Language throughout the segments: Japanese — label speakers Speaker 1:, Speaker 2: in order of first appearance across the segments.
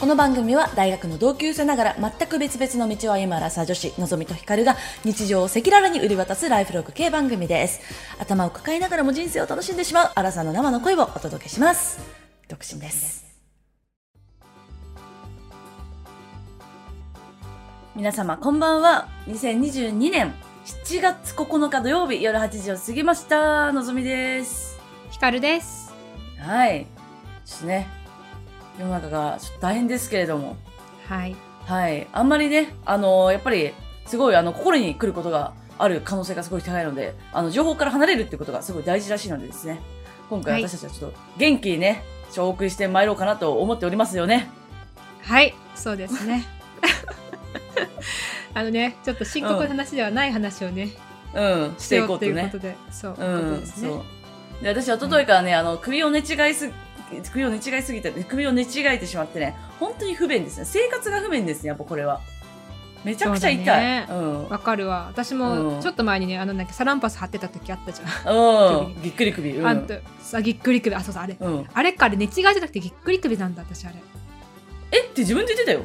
Speaker 1: この番組は大学の同級生ながら全く別々の道を歩むアラサー女子のぞみとひかるが日常を赤裸々に売り渡すライフログ系番組です頭を抱えながらも人生を楽しんでしまうアラサーの生の声をお届けします独身です皆様こんばんは2022年7月9日土曜日夜8時を過ぎましたのぞみです
Speaker 2: ひかるです。
Speaker 1: はい。ちょっとね、世の中がちょっと大変ですけれども、
Speaker 2: はい。
Speaker 1: はい。あんまりね、あのやっぱり、すごい、あの、心に来ることがある可能性がすごい高いので、あの、情報から離れるってことがすごい大事らしいのでですね、今回
Speaker 2: はい
Speaker 1: 私たちはちょっと元気にね、ちょっとお送りして参ろうかなと思っておりますよね。
Speaker 2: はい。そうですね。 あのね、ちょっと深刻な話ではない話をね、
Speaker 1: うん、していこうと
Speaker 2: しよ
Speaker 1: ね
Speaker 2: ということ。で、そう、
Speaker 1: う
Speaker 2: こと
Speaker 1: ん、
Speaker 2: です
Speaker 1: そ
Speaker 2: ね。
Speaker 1: う。で、私は一昨日からね、あの、首を寝違いす、首を寝違いすぎて、首を寝違えてしまってね、本当に不便ですね。生活が不便ですね、やっぱこれは。めちゃくちゃ痛い。う
Speaker 2: そうだね
Speaker 1: ん。
Speaker 2: わかるわ。私
Speaker 1: うん
Speaker 2: もちょっと前にね、あのなんかサランパス貼ってた時あったじゃ。
Speaker 1: うん。ぎっくり首。うん
Speaker 2: あんた、さ、ぎっくり首、あ、そうそう、あれ。
Speaker 1: うん。
Speaker 2: あれか、あれ、寝違いじゃなくてぎっくり首なんだ、私あれ。
Speaker 1: えって自分で言ってたよ。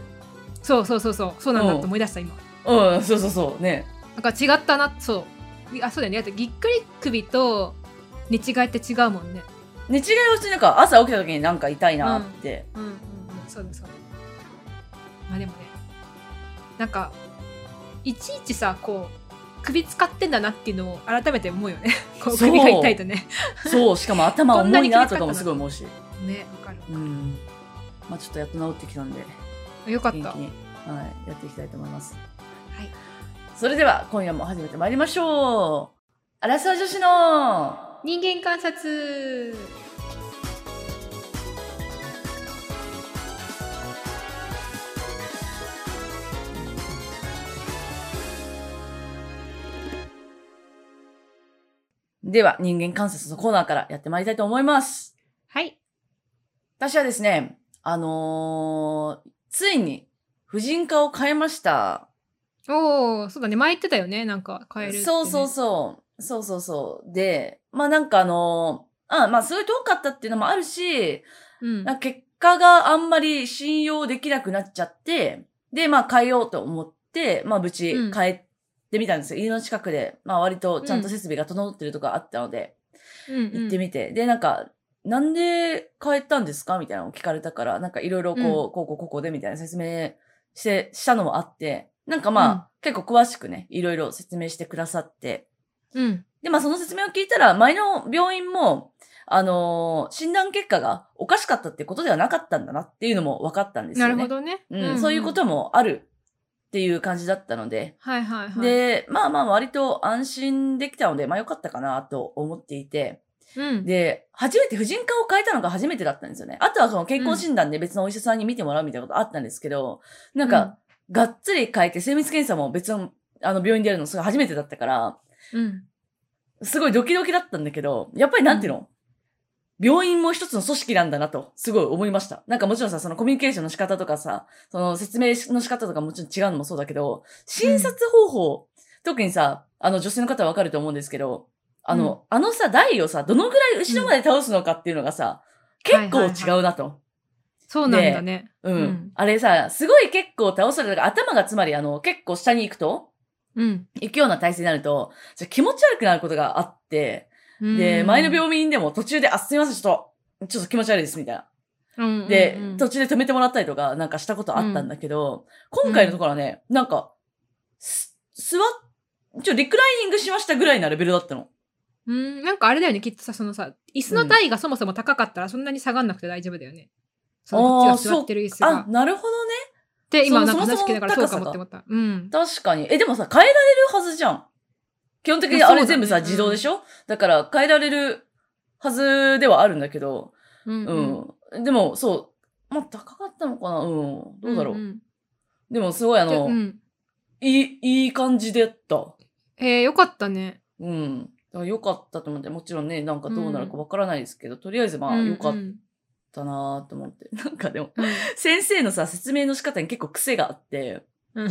Speaker 2: そうそうそうそう、そうなんだ
Speaker 1: うん
Speaker 2: と思い出した、今。
Speaker 1: うん、そうそうそう。ね。
Speaker 2: なんか違ったな、そう。あ、そうだよね。だってぎっくり首と寝違いって違うもんね。
Speaker 1: 寝違いをしてなんか朝起きた時になんか痛いなって。
Speaker 2: うんうんうんそうだそうだまあでもねなんかいちいちさこう首使ってんだなっていうのを改めて思うよね こう
Speaker 1: そう
Speaker 2: 首が痛いとね
Speaker 1: そう、しかも頭
Speaker 2: こんな
Speaker 1: 重い
Speaker 2: に
Speaker 1: な
Speaker 2: 気遣
Speaker 1: とか
Speaker 2: ったの
Speaker 1: もすごい思うし。
Speaker 2: ねわかる
Speaker 1: うん。まあちょっとやっと治ってきたんで、
Speaker 2: よかっ
Speaker 1: 元気
Speaker 2: た
Speaker 1: に、はい、やっていきたいと思います。
Speaker 2: はい。
Speaker 1: それでは今夜も始めてまいりましょう。アラサー女子の
Speaker 2: 人間観察
Speaker 1: では人間観察のコーナーからやってまいりたいと思います。
Speaker 2: はい
Speaker 1: 私はですね、あのーついに、婦人科を変えました。
Speaker 2: おおそうだね前言ってたよねなんか変えるって、ね、
Speaker 1: そうそうそう。そうそうそう。で、まあなんかあのーあまあすごい遠かったっていうのもあるし、
Speaker 2: う、うん、
Speaker 1: なんか結果があんまり信用できなくなっちゃって、で、まあ変えようと思って、まあ無事
Speaker 2: うん
Speaker 1: 変えてみたんですよ。家の近くで、まあ割とちゃんと設備が整ってるとかあったので、行ってみて、で、なんか、なんで変えたんですかみたいなのを聞かれたから、なんかいろいろこう、
Speaker 2: うん
Speaker 1: こうこうこうこうでみたいな説明して、したのもあって、なんかまあ、
Speaker 2: うん
Speaker 1: 結構詳しくね、いろいろ説明してくださって、
Speaker 2: うんうん
Speaker 1: で、まあその説明を聞いたら、前の病院も、あのー診断結果がおかしかったってことではなかったんだなっていうのも分かったんですよ
Speaker 2: な
Speaker 1: ね。
Speaker 2: るほどね、
Speaker 1: うん、そういうこともあるっていう感じだったので、
Speaker 2: はいはいはい、
Speaker 1: で、まあまあ割と安心できたので、まあ良かったかなと思っていて、
Speaker 2: うん、
Speaker 1: で、初めて婦人科を変えたのが初めてだったんですよね。あとはその健康診断で別のお医者さんに見てもらうみたいなことあったんですけど、なんか、がっつり変えて精密検査も別の、あの、病院でやるのすごい初めてだったから、
Speaker 2: うん
Speaker 1: すごいドキドキだったんだけど、やっぱりなんていうの、病院も一つの組織なんだなと、すごい思いました。なんかもちろんさ、そのコミュニケーションの仕方とかさ、その説明の仕方とかもちろん違うのもそうだけど、診察方法、特にさ、あの女性の方はわかると思うんですけど、あの、あのさ、台をさ、どのぐらい後ろまで倒すのかっていうのがさ、
Speaker 2: うん
Speaker 1: 結構違うなと。
Speaker 2: そうなんだね
Speaker 1: うん、
Speaker 2: うん
Speaker 1: あれさ、すごい結構倒されたから、頭がつまりあの、結構下に行くと、
Speaker 2: うん
Speaker 1: 行くような体勢になると、じゃあ気持ち悪くなることがあって、で、前の病院でも途中で、あ、すみません、ちょっと、ちょっと気持ち悪いです、みたいな。
Speaker 2: 院
Speaker 1: で、
Speaker 2: うんうんうん、
Speaker 1: 途中で止めてもらったりとか、なんかしたことあったんだけど、今回のところはね、なんか、す、座っ、ちょ、リクライニングしましたぐらいなレベルだったの。
Speaker 2: うん、なんかあれだよね、きっとさ、そのさ、椅子の台がそもそも高かったらそんなに下がんなくて大丈夫だよね。そのこっちが座ってる椅子
Speaker 1: あ
Speaker 2: が、。
Speaker 1: なるほどね。
Speaker 2: で、今
Speaker 1: そ
Speaker 2: なんか
Speaker 1: そも
Speaker 2: 話
Speaker 1: そも
Speaker 2: 聞きながらそうか
Speaker 1: 高さ
Speaker 2: も
Speaker 1: が
Speaker 2: って思った。うん。
Speaker 1: 確かに。え、でもさ、変えられるはずじゃん。基本的にあれ全部さ、
Speaker 2: そうだね
Speaker 1: 自動でしょ、だから、変えられるはずではあるんだけど、
Speaker 2: うんうん。
Speaker 1: うん。でも、そう、まあ、高かったのかなうん。どうだろう。
Speaker 2: んん
Speaker 1: でも、すごいあ
Speaker 2: で
Speaker 1: の、
Speaker 2: うん。
Speaker 1: いい、いい感じでやった。
Speaker 2: えー、よかったね。
Speaker 1: うん。だから良かったと思って、もちろんね、なんかどうなるかわからないですけど、とりあえずまあ良かっ
Speaker 2: うん
Speaker 1: たなーと思って。 なんかでも、
Speaker 2: うん
Speaker 1: 先生のさ、説明の仕方に結構癖があって、
Speaker 2: うん。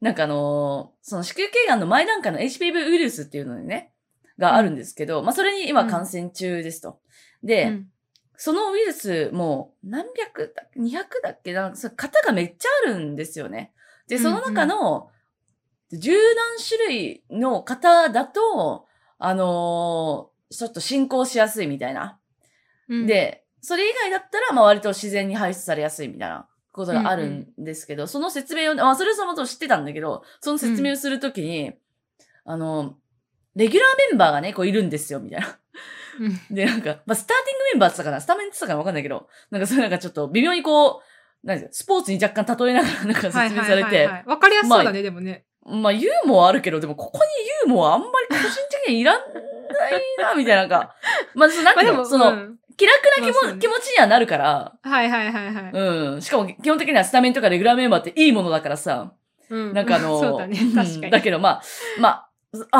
Speaker 1: なんかあのーその子宮頸がんの前段階の HPV ウイルスっていうのにね、があるんですけど、まあそれに今感染中ですと。で、
Speaker 2: うん
Speaker 1: そのウイルスも何百だ、200だっけなんか、その型がめっちゃあるんですよね。で、その中の、十何種類の型だと、あのーちょっと進行しやすいみたいな。
Speaker 2: うん、
Speaker 1: で、それ以外だったら、まあ割と自然に排出されやすいみたいなことがあるんですけど、その説明を、まあそれはそもそも知ってたんだけど、その説明をするときに、あの、レギュラーメンバーがね、こういるんですよ、みたいな。
Speaker 2: うん、
Speaker 1: で、なんか、まあスターティングメンバーって言ったかな、スタメンって言ったかなわかんないけど、なんかそれなんかちょっと微妙にこう、なんですかスポーツに若干例えながらなんか説明され
Speaker 2: はいはい
Speaker 1: て
Speaker 2: はい、はいわかりやすそうだね、でもね。
Speaker 1: まあ、ユーモアあるけど、でも、ここにユーモアあんまり個人的にはいらないな、みたいな、なんか。まあ、そのなん
Speaker 2: ま
Speaker 1: て
Speaker 2: あ
Speaker 1: い
Speaker 2: で
Speaker 1: うの
Speaker 2: も、
Speaker 1: その、
Speaker 2: うん
Speaker 1: 気楽な気も、
Speaker 2: まあそうね
Speaker 1: 気持ちにはなるから、
Speaker 2: はいはいはいはい。
Speaker 1: うん。しかも、基本的にはスタメンとかレギュラーメンバーっていいものだからさ、
Speaker 2: うん
Speaker 1: なんかあの、
Speaker 2: そうだね
Speaker 1: うん、
Speaker 2: 確かに。
Speaker 1: だけど、まあ、まあ、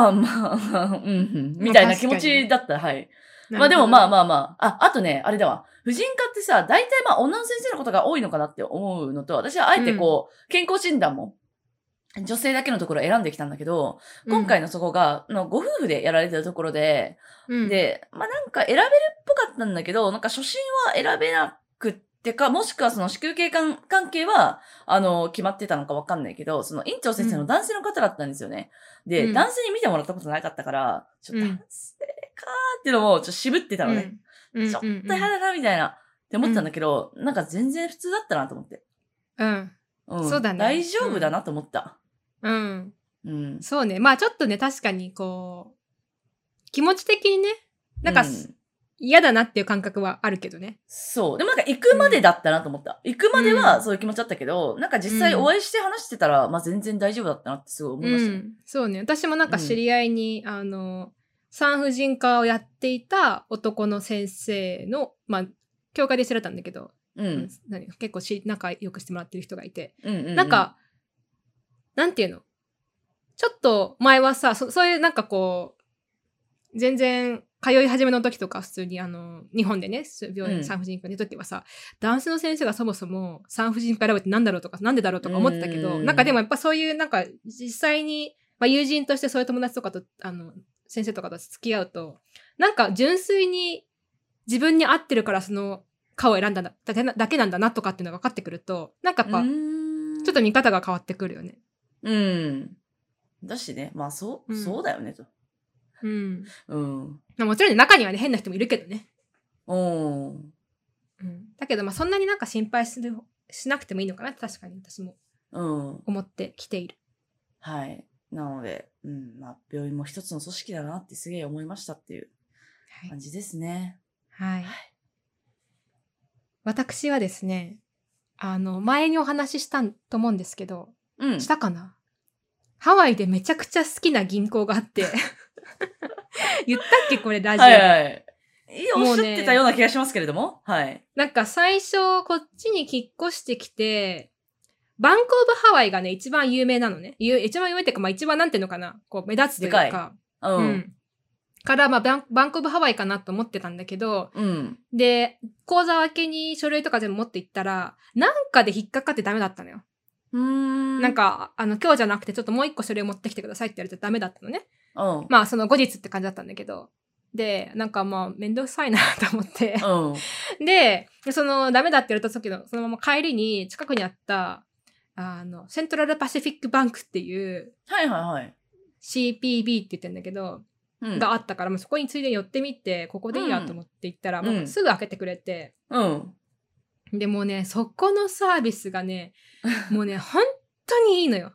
Speaker 1: あ、まあ、うんうん、みたいな気持ちだった、はい。まあでもまあ
Speaker 2: あ。
Speaker 1: まあまあ。あ、あとね、あれだわ。婦人科ってさ、大体まあ女の先生のことが多いのかなって思うのと、私はあえてこう、健康診断も、女性だけのところを選んできたんだけど、今回のそこが、あのご夫婦でやられてるところで、
Speaker 2: うん、
Speaker 1: で、まあなんか選べるっぽかったんだけど、なんか初心は選べなくってか、もしくはその子宮頸関関係は、あの、決まってたのかわかんないけど、その院長先生の男性の方だったんですよね。で、
Speaker 2: うん
Speaker 1: 男性に見てもらったことなかったから、ちょっと
Speaker 2: うん
Speaker 1: 男性かーっていうのも、ちょっと渋ってたのね。
Speaker 2: うん、
Speaker 1: ちょっと
Speaker 2: うん
Speaker 1: 嫌だな、みたいな。って思ってたんだけど、なんか全然普通だったなと思って。
Speaker 2: うん、
Speaker 1: うん、
Speaker 2: そうだね
Speaker 1: 大丈夫だなと思った。
Speaker 2: うん。
Speaker 1: うん。
Speaker 2: そうね。まあちょっとね、確かにこう、気持ち的にね、なんか
Speaker 1: う
Speaker 2: 嫌だなっていう感覚はあるけどね。
Speaker 1: そう。でもなんか行くまでだったなと思った。行くまで
Speaker 2: う
Speaker 1: は
Speaker 2: ん
Speaker 1: そういう気持ちだったけど、なんか実際お会いして話してたら、まあ全然大丈夫だったなってすごい思いま
Speaker 2: う
Speaker 1: したね。
Speaker 2: ん。そうね。私もなんか知り合いに、あの、産婦人科をやっていた男の先生の、まあ、教会で知られたんだけど、
Speaker 1: うん。うん。
Speaker 2: 何結構し仲良くしてもらってる人がいて、
Speaker 1: うんうん
Speaker 2: なん、か、なんていうのちょっと前はさ、そそういうなんかこう、全然通い始めの時とか普通にあの、日本でね、す病
Speaker 1: うん
Speaker 2: 院産婦人科にとってはさ、男性の先生がそもそも産婦人科選ぶってなんだろうとか、なんでだろうとか思ってたけ
Speaker 1: う
Speaker 2: ど、
Speaker 1: ん
Speaker 2: なんかでもやっぱそういうなんか実際に、まあ、友人としてそういう友達とかと、あの、先生とかと付き合うと、なんか純粋に自分に合ってるからその科を選んだだだけなだけなんだなとかっていうのが分かってくると、なんかやっぱ、
Speaker 1: う
Speaker 2: ち
Speaker 1: ん。
Speaker 2: ょっと見方が変わってくるよね。
Speaker 1: うん。だしね、まあそう、
Speaker 2: うん
Speaker 1: そうだよねと。
Speaker 2: うん。
Speaker 1: うん。
Speaker 2: まあもちろんね中にはね、変な人もいるけどね。
Speaker 1: うん。
Speaker 2: うん。だけど、まあそんなになんか心配する、しなくてもいいのかなって確かに私も
Speaker 1: うん。
Speaker 2: 思ってきている。
Speaker 1: はい。なので、うん、まあ、病院も一つの組織だなってすげえ思いましたっていう
Speaker 2: は
Speaker 1: 感
Speaker 2: い。
Speaker 1: じですね。
Speaker 2: はい。私はですね、あの、前にお話ししたんと思うんですけど、
Speaker 1: うん。
Speaker 2: したかなハワイでめちゃくちゃ好きな銀行があって。言ったっけこれラジオ
Speaker 1: は
Speaker 2: で。
Speaker 1: いはい。いや、お
Speaker 2: も
Speaker 1: っ
Speaker 2: う
Speaker 1: し
Speaker 2: ね
Speaker 1: ゃってたような気がしますけれども、はい。
Speaker 2: なんか最初、こっちに引っ越してきて、バンコブハワイがね、一番有名なのね。ゆ一番有名っていうか、まあ一番なんていうのかな、こう目立つというか。
Speaker 1: でかう。
Speaker 2: うんん。から、まあバン、バンコブハワイかなと思ってたんだけど、
Speaker 1: うん。
Speaker 2: で、講座明けに書類とか全部持って行ったら、なんかで引っかかってダメだったのよ。
Speaker 1: うん。
Speaker 2: なん、か、あの、今日じゃなくてちょっともう一個書類持ってきてくださいって言われてダメだったのね。
Speaker 1: うん。
Speaker 2: まあ、その後日って感じだったんだけど。で、なんかまあ、めんどくさいなと思って。
Speaker 1: うん。
Speaker 2: で、その、ダメだって言われた時の、そのまま帰りに、近くにあった、あの、セントラルパシフィックバンクっていう、
Speaker 1: はいはいはい。
Speaker 2: CPB って言ってんだけど、
Speaker 1: うん。
Speaker 2: があったから、もうそこについで寄ってみて、ここでいいやと思って行ったら、
Speaker 1: うん
Speaker 2: もううんすぐ開けてくれて、
Speaker 1: うん。
Speaker 2: でもうね、そこのサービス がね、もうね、本当にいいのよ。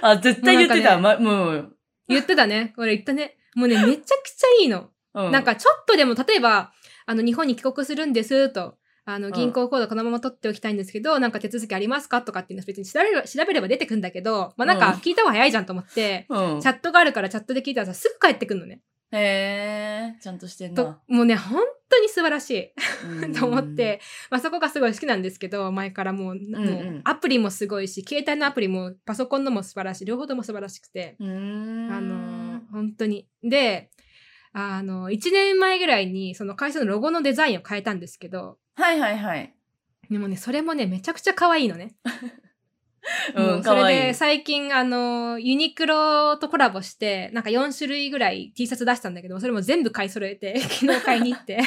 Speaker 1: あ、絶対言ってた。
Speaker 2: もう
Speaker 1: ま、もう、
Speaker 2: 言ってたね。俺言ったね。もうね、めちゃくちゃいいの。
Speaker 1: うん。
Speaker 2: なん、かちょっとでも、例えば、あの、日本に帰国するんですと、あの、
Speaker 1: ん
Speaker 2: 銀行口座このまま取っておきたいんですけど、なんか手続きありますかとかっていうの別に調べれば、調べれば出てくんだけど、まあなん
Speaker 1: うん
Speaker 2: か聞いた方が早いじゃんと思って、
Speaker 1: うん
Speaker 2: チ。ャットがあるからチャットで聞いたらさ、すぐ帰ってくんのね。
Speaker 1: へえ、ちゃんとしてん
Speaker 2: と
Speaker 1: な。
Speaker 2: もうね、本当に素晴らしい。
Speaker 1: うん
Speaker 2: と思っ。て、まあ、そこがすごい好きなんですけど前からも
Speaker 1: う
Speaker 2: う,、
Speaker 1: ん
Speaker 2: もうアプリもすごいし携帯のアプリもパソコンのも素晴らしい両方とも素晴らしくて、
Speaker 1: うーん。
Speaker 2: あのー本当にであの1年前ぐらいにその会社のロゴのデザインを変えたんですけど
Speaker 1: はいはいはい。
Speaker 2: でもねそれもねめちゃくちゃ可愛いのね、
Speaker 1: う
Speaker 2: も
Speaker 1: ん、
Speaker 2: う
Speaker 1: か
Speaker 2: それ
Speaker 1: わい
Speaker 2: で
Speaker 1: い。
Speaker 2: 最近あのーユニクロとコラボしてなんか4種類ぐらい T シャツ出したんだけどそれも全部買い揃えて昨日買いに行って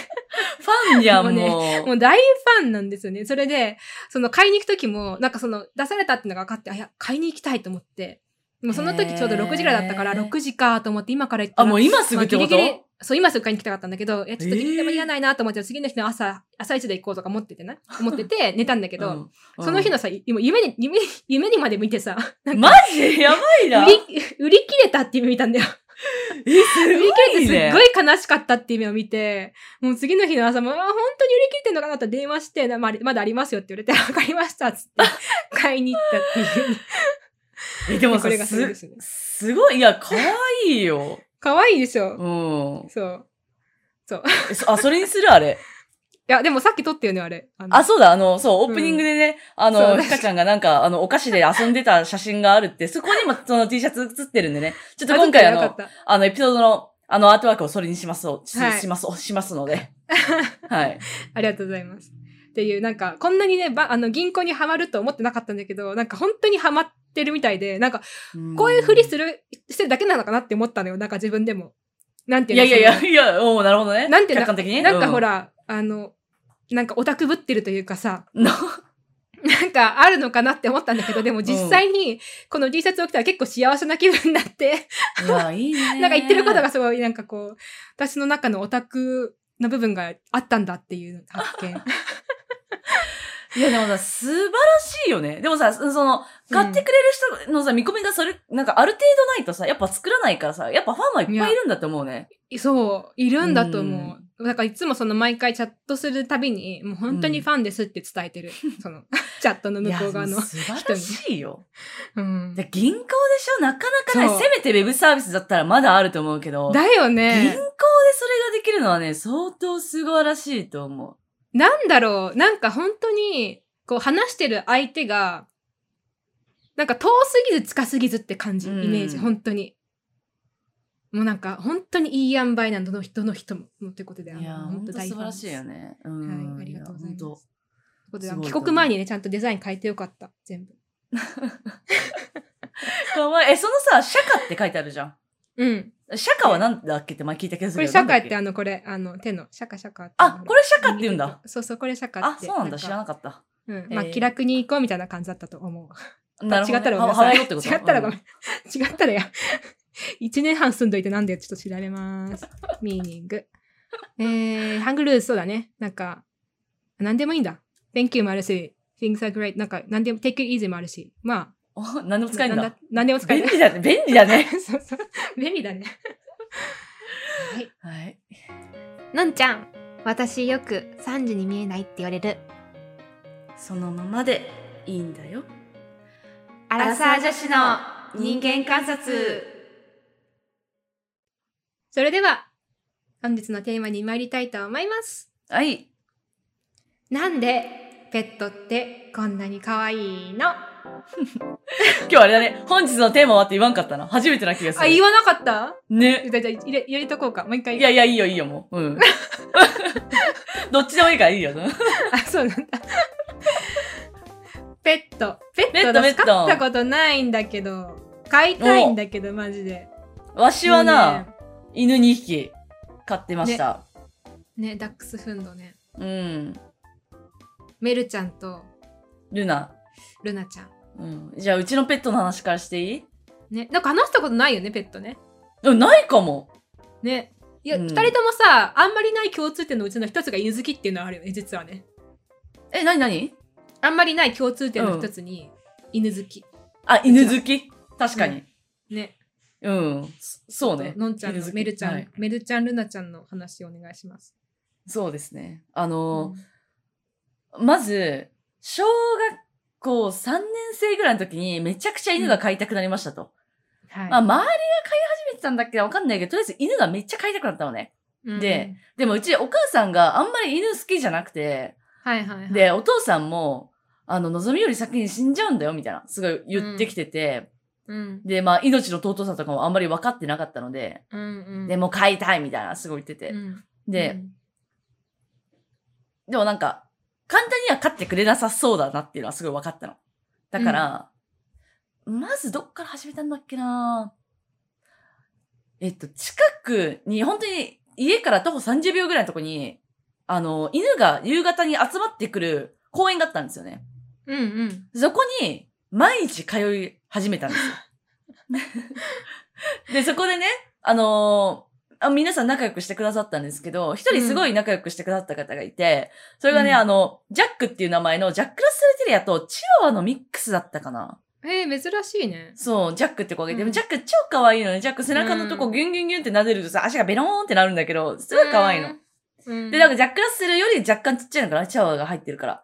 Speaker 1: ァンやん、
Speaker 2: もうね
Speaker 1: も
Speaker 2: も
Speaker 1: う。
Speaker 2: う大ファンなんですよね。それで、その買いに行く時も、なんかその出されたっていうのが分かって、あ、いや、買いに行きたいと思って。もうその時ちょうど6時ぐらいだったから、
Speaker 1: へー
Speaker 2: 6時かと思って今から行った
Speaker 1: あ、
Speaker 2: ら
Speaker 1: もう今すぐってこと
Speaker 2: まあギリギリそう、今すぐ買いに行きたかったんだけど、いや、ちょっと
Speaker 1: えー
Speaker 2: 行ってもいらないなと思って、次の日の朝、朝一で行こうとか思って てね、思ってて寝たんだけど、
Speaker 1: うん
Speaker 2: その日のさ、今夢に、夢に、夢にまで見てさ、なん
Speaker 1: マ
Speaker 2: か
Speaker 1: ジやばいな。
Speaker 2: 売り、売り切れたって夢見たん だよ。
Speaker 1: え、す
Speaker 2: 売
Speaker 1: ご
Speaker 2: り切れて
Speaker 1: い
Speaker 2: す
Speaker 1: ね
Speaker 2: っ。ごい悲しかったって夢を見て、もう次の日の朝も、あ本当に売り切れてんのかなって電話して、なまあまだありますよって言われて、 わかりました っつって、買いに行ったっていう。
Speaker 1: え、でも
Speaker 2: こ
Speaker 1: さ、
Speaker 2: れがそれですすね。
Speaker 1: すごい、いや、可愛いよ。
Speaker 2: 可愛いでしょ。
Speaker 1: うん。
Speaker 2: そう。
Speaker 1: えそあ、それにするあれ。
Speaker 2: いや、でもさっき撮ってよね、あれ。あの
Speaker 1: あ、そうだ、あの、そう、オープニングでね、あ
Speaker 2: そう
Speaker 1: の、
Speaker 2: だ
Speaker 1: ひかちゃんがなんか、あの、お菓子で遊んでた写真がある って、そこにもその T シャツ写ってるんでね。ちょっと今回あ
Speaker 2: 撮ってよ
Speaker 1: の
Speaker 2: か、った
Speaker 1: あの、エピソードの、あの、アートワークをそれにしますを、し
Speaker 2: はい
Speaker 1: します、しますの で。はい。
Speaker 2: ありがとうございます。っていう、なんか、こんなにね、ばあの銀行にはまると思ってなかったんだけど、なんか本当にはまってるみたいで、なんか、こういうふりする、してるだけなのかなって思ったのよ、なんか自分でも。なんて
Speaker 1: い
Speaker 2: い
Speaker 1: や
Speaker 2: うの
Speaker 1: いやいや、いや、おうなるほどね。
Speaker 2: なんていうの
Speaker 1: 客観的にね。
Speaker 2: なんか
Speaker 1: う
Speaker 2: ほ、 ら、あの、なんかオタクぶってるというかさ、
Speaker 1: の
Speaker 2: なんかあるのかなって思ったんだけど、でも実際にこの T シャツを着たら結構幸せな気分になって、
Speaker 1: いや、いいね。
Speaker 2: なんか言ってることがすごいなんかこう、私の中のオタクの部分があったんだっていう発見。
Speaker 1: いや、でもさ、素晴らしいよね。でもさ、その、買ってくれる人のさ、見込みがそれ、なんかある程度ないとさ、やっぱ作らないからさ、やっぱファンはいっぱいいるんだって思うね。
Speaker 2: そう、いるんだと思う。だからいつもその毎回チャットするたびに、もう本当にファンですって伝えて る。その、 チャットの
Speaker 1: い
Speaker 2: 向
Speaker 1: や、
Speaker 2: こう側の
Speaker 1: もう。素晴らしいよ。
Speaker 2: うん
Speaker 1: で銀行でしょなかなかな
Speaker 2: そ
Speaker 1: い。
Speaker 2: う
Speaker 1: せめてウェブサービスだったらまだあると思うけど、
Speaker 2: だ
Speaker 1: 銀
Speaker 2: よ
Speaker 1: 行でそれ
Speaker 2: ね
Speaker 1: が。できるのはね、相当素晴らしいと思う。
Speaker 2: なんだろう、なんか本当に、こう話してる相手が、なんか遠すぎず近すぎずって感じ、イ
Speaker 1: うん
Speaker 2: メージ、本当に。もうなんか、本当にいい塩梅なのどの人の人も、もうってことで、
Speaker 1: いや、
Speaker 2: あの
Speaker 1: 本当素晴らしいよ。
Speaker 2: 大ファンで
Speaker 1: ね。うん。
Speaker 2: はいありがとうございます
Speaker 1: や本
Speaker 2: すことであ
Speaker 1: す
Speaker 2: の
Speaker 1: ごい
Speaker 2: 帰
Speaker 1: と思う
Speaker 2: 国前にね、ちゃんとデザイン変えてよかった、全部。
Speaker 1: 当かわいい。え、そのさ、社歌って書いてあるじゃん。
Speaker 2: うん。
Speaker 1: 社歌はなんだっけって前聞いた気がす
Speaker 2: こ
Speaker 1: る
Speaker 2: れ、
Speaker 1: けど。
Speaker 2: 社会って、
Speaker 1: なんだっ
Speaker 2: あの、これ、あの、手の、シャカシャカって
Speaker 1: け
Speaker 2: いう
Speaker 1: あ、これ社歌って言うんだ。。
Speaker 2: そうそう、これ社会っ
Speaker 1: あ、
Speaker 2: て。
Speaker 1: そうなんだ。知ら
Speaker 2: んか
Speaker 1: なかった。
Speaker 2: うん。まあ、
Speaker 1: へー
Speaker 2: 気楽に行こうみたいな感じだったと思う。
Speaker 1: なるほどね。
Speaker 2: 違ったらごめん
Speaker 1: ハ
Speaker 2: な
Speaker 1: ハワ
Speaker 2: さ
Speaker 1: イ語
Speaker 2: い。違
Speaker 1: って
Speaker 2: っ
Speaker 1: こと
Speaker 2: たらご
Speaker 1: う
Speaker 2: めん。違ったらや。1年半住んどいてなんでちょっと知られます。ミーニング。えー、ハングルーズ、そうだね。なんか、なんでもいいんだ。Thank you もあるし、Things are great。なんか、なんでも、Take it easy もあるし。ま
Speaker 1: お何でも
Speaker 2: あ、
Speaker 1: 使えるん
Speaker 2: なん
Speaker 1: だ。
Speaker 2: なんでも使え
Speaker 1: 便
Speaker 2: る。
Speaker 1: 利だね。便利だね。
Speaker 2: そうそう。便利だね。はい。
Speaker 1: はい。
Speaker 2: のんちゃん、私よく3時に見えないって言われる。
Speaker 1: そのままでいいんだよ。
Speaker 2: ア
Speaker 1: ラサー女子の人間観察。
Speaker 2: それでは、本日のテーマに参りたいと思います。
Speaker 1: はい。
Speaker 2: なんでペットってこんなに可愛いのあ、
Speaker 1: 今日あれだね。本日のテーマはって言わんかったな。初めてな気がする。
Speaker 2: 言わなかった
Speaker 1: ね。
Speaker 2: じゃあじゃあ入れ入れとこうか。もう一回。
Speaker 1: いやいや、いいよ、いいよ、もう。うん。 どっちでもいいからいいよ。
Speaker 2: あ、そうなん だ。ペット。ペ
Speaker 1: ペッ
Speaker 2: ッ
Speaker 1: ト
Speaker 2: ト
Speaker 1: ペッ
Speaker 2: 私
Speaker 1: ト
Speaker 2: 飼ったことないんだけど、飼いたいんだけど、マジで。
Speaker 1: わしは
Speaker 2: もう
Speaker 1: な、犬2匹飼ってました。
Speaker 2: ね。ね、ダックスフンドね。
Speaker 1: うん。
Speaker 2: メルちゃんと
Speaker 1: ルナ。
Speaker 2: ルナちゃん。
Speaker 1: うん。じゃあ、うちのペットの話からしていい
Speaker 2: ね、なんか話したことないよね、ペットね。
Speaker 1: でもないかも。
Speaker 2: ね。いや、
Speaker 1: う
Speaker 2: 二、
Speaker 1: ん
Speaker 2: 人ともさ、あんまりない共通点のうちの一つが犬好きっていうのはあるよね、実はね。
Speaker 1: え、なになに
Speaker 2: あんまりない共通点の一つに、犬好き。
Speaker 1: あ、犬好き確かに。
Speaker 2: ね。
Speaker 1: うん。そそうね。
Speaker 2: のんちゃん
Speaker 1: 犬好
Speaker 2: の
Speaker 1: き
Speaker 2: メルちゃん、
Speaker 1: はい
Speaker 2: メルちゃんルナちゃんの話をお願いします。
Speaker 1: そうですね。あ
Speaker 2: うん
Speaker 1: の、まず、小学校3年生ぐらいの時にめちゃくちゃ犬が飼いたくなりましたと。
Speaker 2: はい
Speaker 1: まあ、周りが飼い始めてたんだっけどわかんないけど、とりあえず犬がめっちゃ飼いたくなったのね。
Speaker 2: うん
Speaker 1: で、でもうちお母さんがあんまり犬好きじゃなくて、
Speaker 2: はいはいはい。
Speaker 1: で、お父さんも、あの、望みより先に死んじゃうんだよ、みたいな、すごい言ってきてて、
Speaker 2: うん、
Speaker 1: で、まあ、命の尊さとかもあんまり分かってなかったので、
Speaker 2: うん、うん。
Speaker 1: で、もう飼いたい、みたいな、すごい言ってて。
Speaker 2: うん、
Speaker 1: で、
Speaker 2: うん
Speaker 1: でもなんか、簡単には飼ってくれなさそうだなっていうのはすごい分かったの。だから、まずどっから始めたんだっけなえっと、近くに、本当に家から徒歩30秒ぐらいのとこに、あの、犬が夕方に集まってくる公園があったんですよね。
Speaker 2: うんうん。
Speaker 1: そこに、毎日通い始めたんで すよ。で、そこでね、あのーあ皆さん仲良くしてくださったんですけど、一人すごい仲良くしてくださった方がいて、それがね、
Speaker 2: うん
Speaker 1: あの、ジャックっていう名前のジャックラッセルテリアとチワワのミックスだったかな。
Speaker 2: えー、珍しいね。
Speaker 1: そう、ジャックって子がいて、
Speaker 2: うん
Speaker 1: ジャック超可愛いのね。ジャック背中のとこギュンギュンギュンって撫でるとさ、足がベローンってなるんだけど、すごい可愛いの。。
Speaker 2: うん。
Speaker 1: で、なんか
Speaker 2: か、
Speaker 1: ジャックラッセルより若干ちっちゃいのかな、チワワが入ってるから。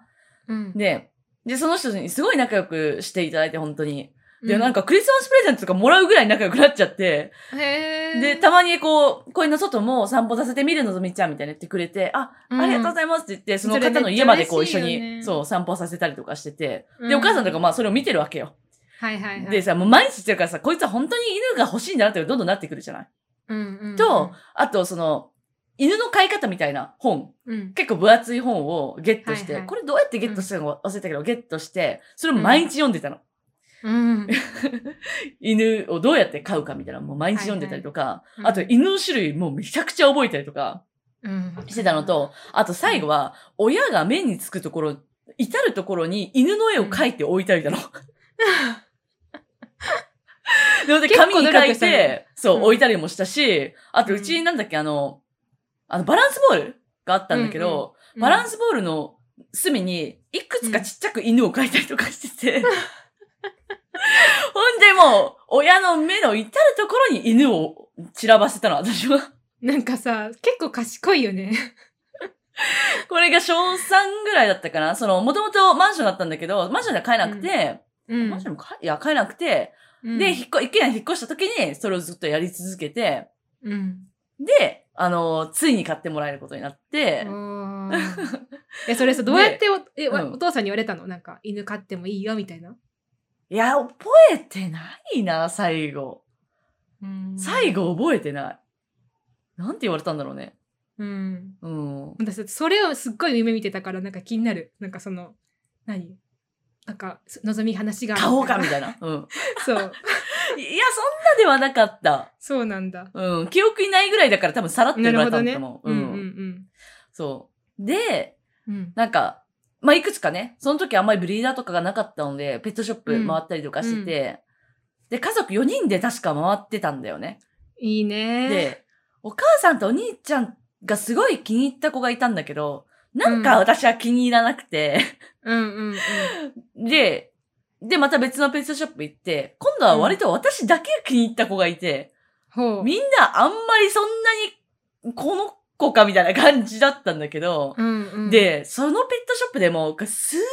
Speaker 2: うん、
Speaker 1: で、で、その人にすごい仲良くしていただいて、本当に。で、
Speaker 2: う
Speaker 1: なん、かクリスマスプレゼントとかもらうぐらい仲良くなっちゃって、
Speaker 2: へー
Speaker 1: で、たまにこう、公園の外も散歩させてみるのぞみちゃんみたいに言ってくれて、あ、ありがとうございますって言って、その方の家までこう一緒
Speaker 2: それめっちゃ嬉しいよ
Speaker 1: に、
Speaker 2: ね
Speaker 1: そう、散歩させたりとかしてて、
Speaker 2: うん
Speaker 1: で、お母さんとかまあそれを見てるわけよ。
Speaker 2: はいはいはい。
Speaker 1: でさ、もう毎日してるからさ、こいつは本当に犬が欲しいんだなってどんどんなってくるじゃない
Speaker 2: うんうん、
Speaker 1: と、あとその、犬の飼い方みたいな本
Speaker 2: うん、
Speaker 1: 結構分厚い本をゲットして、
Speaker 2: はいはい
Speaker 1: これどうやってゲットしたのか忘れたけど、ゲットして、それを毎日読んでたの。
Speaker 2: うん。
Speaker 1: 犬をどうやって飼うかみたいなのもう毎日読んでたりとか、
Speaker 2: いはい
Speaker 1: あと犬の種類もうめちゃくちゃ覚えたりとか
Speaker 2: うん。
Speaker 1: してたの、と、あと最後は、親が目につくところ、至るところに犬の絵を描いて置いてあ げたの。なので
Speaker 2: 結構
Speaker 1: 紙に
Speaker 2: 努
Speaker 1: 描
Speaker 2: 力
Speaker 1: い
Speaker 2: したね
Speaker 1: て、そう、
Speaker 2: うん
Speaker 1: 置いたりもしたし、あと
Speaker 2: うん
Speaker 1: うちになんだっけ、あの、あの、バランスボールがあったんだけど、
Speaker 2: うんうん
Speaker 1: バラン
Speaker 2: ス、
Speaker 1: スボールの隅に、いくつかちっちゃく犬を描いたりとかしてて、ほんでもう、親の目の至るところに犬を散らばせたの、私は。
Speaker 2: なんかさ、結構賢いよね。
Speaker 1: これが小3ぐらいだったかな。その、もともとマンションだったんだけど、マンションでは買えなくて、
Speaker 2: うん
Speaker 1: マンションも買えいや、買えなくて、
Speaker 2: うん
Speaker 1: で、引っ越、一軒家に引っ越した時に、それをずっとやり続けて、
Speaker 2: うん。
Speaker 1: で、あの、ついに買ってもらえることになって、
Speaker 2: お ーえ、それさ、どうやってお、え、わ
Speaker 1: うん
Speaker 2: お父さんに言われたのなんか、犬飼ってもいいよ、みたいな。
Speaker 1: いや、覚えてないな、最後。最
Speaker 2: 後。
Speaker 1: 後覚えてない。なんて言われたんだろうね。
Speaker 2: うん。
Speaker 1: うん。
Speaker 2: 私、それをすっごい夢見てたから、なんか気になる。なんかその、何なんか、そ望み話が。
Speaker 1: 買おうかみたいな。うん。
Speaker 2: そ
Speaker 1: い
Speaker 2: う。
Speaker 1: や、そんなではなか った。
Speaker 2: そうなんだ。
Speaker 1: うん。記憶にないぐらいだから多分さらって
Speaker 2: な
Speaker 1: 言わ
Speaker 2: る
Speaker 1: れた
Speaker 2: ほど
Speaker 1: ん
Speaker 2: ね
Speaker 1: だと思。う。
Speaker 2: うん
Speaker 1: うん。
Speaker 2: うん
Speaker 1: そう。で、
Speaker 2: うん。うん。
Speaker 1: なんか、まあ、いくつかね、その時あんまりブリーダーとかがなかったので、ペットショップ
Speaker 2: うん
Speaker 1: 回ったりとかしてて、で、家族4人で確か回ってたんだよね。
Speaker 2: いいね。
Speaker 1: で、お母さんとお兄ちゃんがすごい気に入った子がいたんだけど、なんか私は気に入らなくて、
Speaker 2: うんうんうん。
Speaker 1: で、で、また別のペットショップ行って、今度は割と私だけ気に入った子がいて、
Speaker 2: ほう。
Speaker 1: みんなあんまりそんなに、この子かみたいな感じだったんだけど、
Speaker 2: うんうん、
Speaker 1: で、そのペットショップでもう数時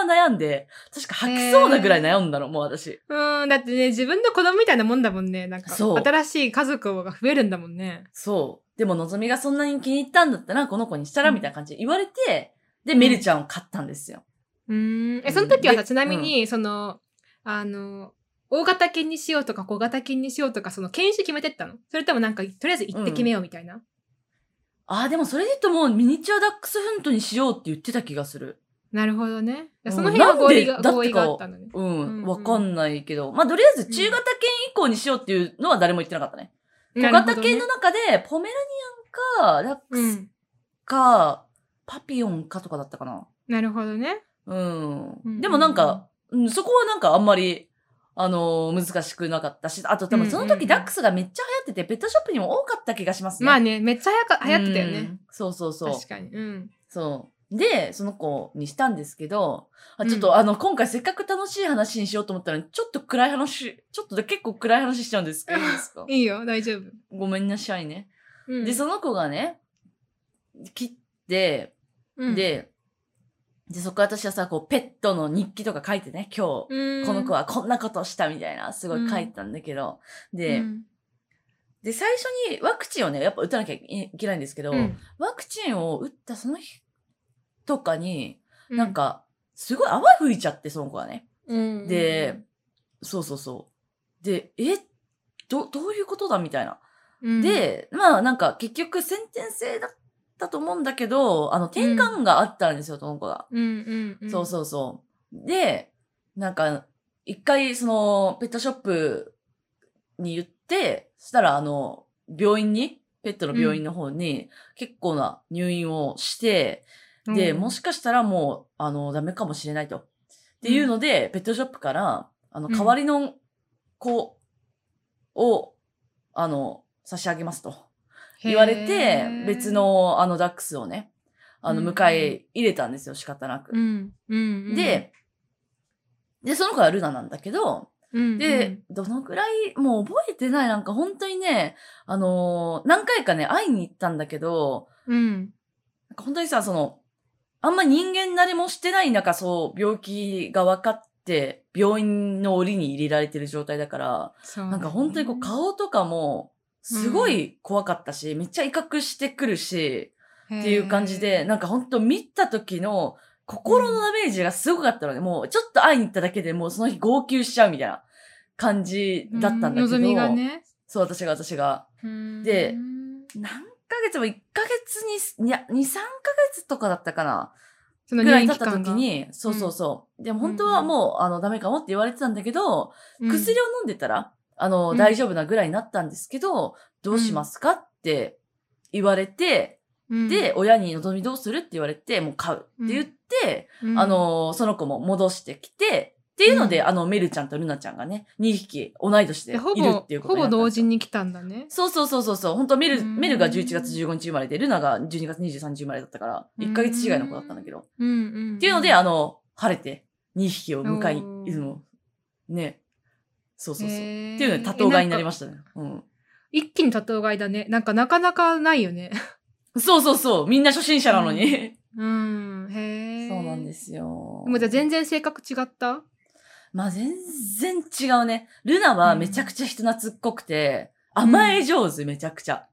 Speaker 1: 間は悩んで、確か吐きそうなぐらい悩んだの、もう私。
Speaker 2: うん、だってね、自分の子供みたいなもんだもんね。なんか、
Speaker 1: そう
Speaker 2: 新しい家族が増えるんだもんね。
Speaker 1: そう。でも、のぞみがそんなに気に入ったんだったら、この子にしたら、
Speaker 2: うん
Speaker 1: みたいな感じで言われて、で、メルちゃんを買ったんですよ。
Speaker 2: うーん。
Speaker 1: う
Speaker 2: え、
Speaker 1: ん
Speaker 2: その時はさ、
Speaker 1: で
Speaker 2: ちなみに、その、あの、大型犬にしようとか小型犬にしようとか、その犬種決めてったのそれともなんか、とりあえず行って決めようみたいな。
Speaker 1: ああ、でもそれで言うともうミニチュアダックスフントにしようって言ってた気がする。
Speaker 2: なるほどね。
Speaker 1: うん
Speaker 2: その辺は合意が
Speaker 1: なんでだってか
Speaker 2: 合意があったのね。
Speaker 1: う
Speaker 2: うん
Speaker 1: ん、
Speaker 2: うん
Speaker 1: わかんないけど。まあ、とりあえず中型犬以降にしようっていうのは誰も言ってなかったね。小型犬の
Speaker 2: なる
Speaker 1: 中で、ポメラニアンか、ダッ
Speaker 2: ほど
Speaker 1: ク
Speaker 2: ね、う
Speaker 1: ス
Speaker 2: ん。
Speaker 1: か、パピオンかとかだったかな。
Speaker 2: なるほどね。
Speaker 1: うん。
Speaker 2: うん
Speaker 1: でもなんか、うん、そこはなんかあんまり、あのー難しくなかったし、あと多分その
Speaker 2: うんうんう
Speaker 1: 時
Speaker 2: ん
Speaker 1: ダックスがめっちゃ流行ってて、ペットショップにも多かった気がしますね。
Speaker 2: まあね、めっちゃ早か流行ってたよ
Speaker 1: う
Speaker 2: ね。
Speaker 1: ん。そうそうそう。
Speaker 2: 確かに。うん。
Speaker 1: そう。で、その子にしたんですけど、あ
Speaker 2: うん
Speaker 1: ちょっと、あの、今回せっかく楽しい話にしようと思ったのに、ちょっと暗い話、ちょっとで結構暗い話しちゃうんですけど、いいですか
Speaker 2: いいよ、大丈夫。
Speaker 1: ごめんなさいね。
Speaker 2: うん
Speaker 1: で、その子がね、切って、、で、で、そこから私はさ、こう、ペットの日記とか書いてね、今日、
Speaker 2: うん
Speaker 1: この子はこんなことしたみたいな、すごい書いたんだけど、で、
Speaker 2: うん
Speaker 1: で、最初にワクチンをね、やっぱ打たなきゃいけないんですけど、
Speaker 2: うん
Speaker 1: ワクチンを打ったその日とかに、
Speaker 2: う
Speaker 1: なんか、すごい泡吹いちゃって、その子はね。
Speaker 2: うん
Speaker 1: で、そうそうそう。で、え、ど、どういうことだみたいな。
Speaker 2: うん、
Speaker 1: で、まあなんか、結局先天性だったと思うんだけど、あの、転換があったんですよ、その子が。
Speaker 2: うんうんうん、
Speaker 1: そうそうそう。で、なんか、一回、その、ペットショップに言って、そしたら、あの、病院にペットの病院の方に結構な入院をして、で、もしかしたらもう、あの、ダメかもしれないと。っていうので、ペットショップから、あの、
Speaker 2: うん
Speaker 1: 代わりの子を、あの、差し上げますと言われて、別、の、あの、ダックスをね、あの、
Speaker 2: うん
Speaker 1: 迎え入れたんですよ、仕方な
Speaker 2: う
Speaker 1: く。
Speaker 2: んうん、、
Speaker 1: で、で、その子はルナなんだけど、
Speaker 2: うん、
Speaker 1: で、どのくらい、もう覚えてない、なんか本当にね、あのー何回かね、会いに行ったんだけど、
Speaker 2: うん、
Speaker 1: なんか本当にさ、その、あんま人間誰もしてない中、そう、病気が分かって、病院の檻に入れられてる状態だから、
Speaker 2: そう
Speaker 1: なんか本当にこう、
Speaker 2: 顔
Speaker 1: 顔とかも、すごい怖かったし、めっちゃ威嚇してくるし、っていう感じで、、なんか本当見た時の、心のダメージがすごかったので、もうちょっと会いに行っただけでもうその日号泣しちゃうみたいな感じだったんだけど。
Speaker 2: 望みがね。
Speaker 1: そう、私が、私が。で何ヶ月も、1ヶ月に、いや、2、3ヶ月とかだったかな。
Speaker 2: その
Speaker 1: ぐら
Speaker 2: 入
Speaker 1: い
Speaker 2: 院
Speaker 1: 経っ
Speaker 2: 期
Speaker 1: た
Speaker 2: 間
Speaker 1: 時
Speaker 2: が、
Speaker 1: に、そうそうそう。でも本当はもう、あの、ダメかもって言われてたんだけど、薬を飲んでたら、あ
Speaker 2: う
Speaker 1: の、
Speaker 2: ん
Speaker 1: 大丈夫なぐらいになったんですけど、どうしますかって言われて、
Speaker 2: を
Speaker 1: で、、親に望みどうするって言われて、もう買うって言って、
Speaker 2: うん
Speaker 1: あ、の、その子も戻してきて、っていうので、
Speaker 2: う
Speaker 1: あの、メルちゃんとルナちゃんがね、2匹同い年でい
Speaker 2: で
Speaker 1: る
Speaker 2: ほ
Speaker 1: っ
Speaker 2: ぼ
Speaker 1: ていう、ことになっ
Speaker 2: ほぼ
Speaker 1: たんですよ
Speaker 2: 同時に来たんだね。
Speaker 1: そうそうそうそうそう。本当メル、
Speaker 2: うん
Speaker 1: メルが11月15日生まれで、ルナが12月23日生まれだったから、
Speaker 2: うん
Speaker 1: 1ヶ月違いの子だったんだけど。っ
Speaker 2: うんうん。って
Speaker 1: いうので、あの、晴れて、2匹を迎え
Speaker 2: おー
Speaker 1: 入れるの。ね。そうそうそう。って
Speaker 2: い
Speaker 1: いうので、多頭飼いになりま
Speaker 2: し
Speaker 1: したね。うん。
Speaker 2: た。一気に多頭飼いだね。なんかなかなかないよね。
Speaker 1: そうそうそう。みんな初心者なのに。
Speaker 2: うん、へえ。。
Speaker 1: そうなんですすよ。
Speaker 2: でもじゃあ全然性格違った
Speaker 1: まあ、全然違うね。ルナはめちゃくちゃ人懐っこくて、甘え上手、めちゃくちゃ。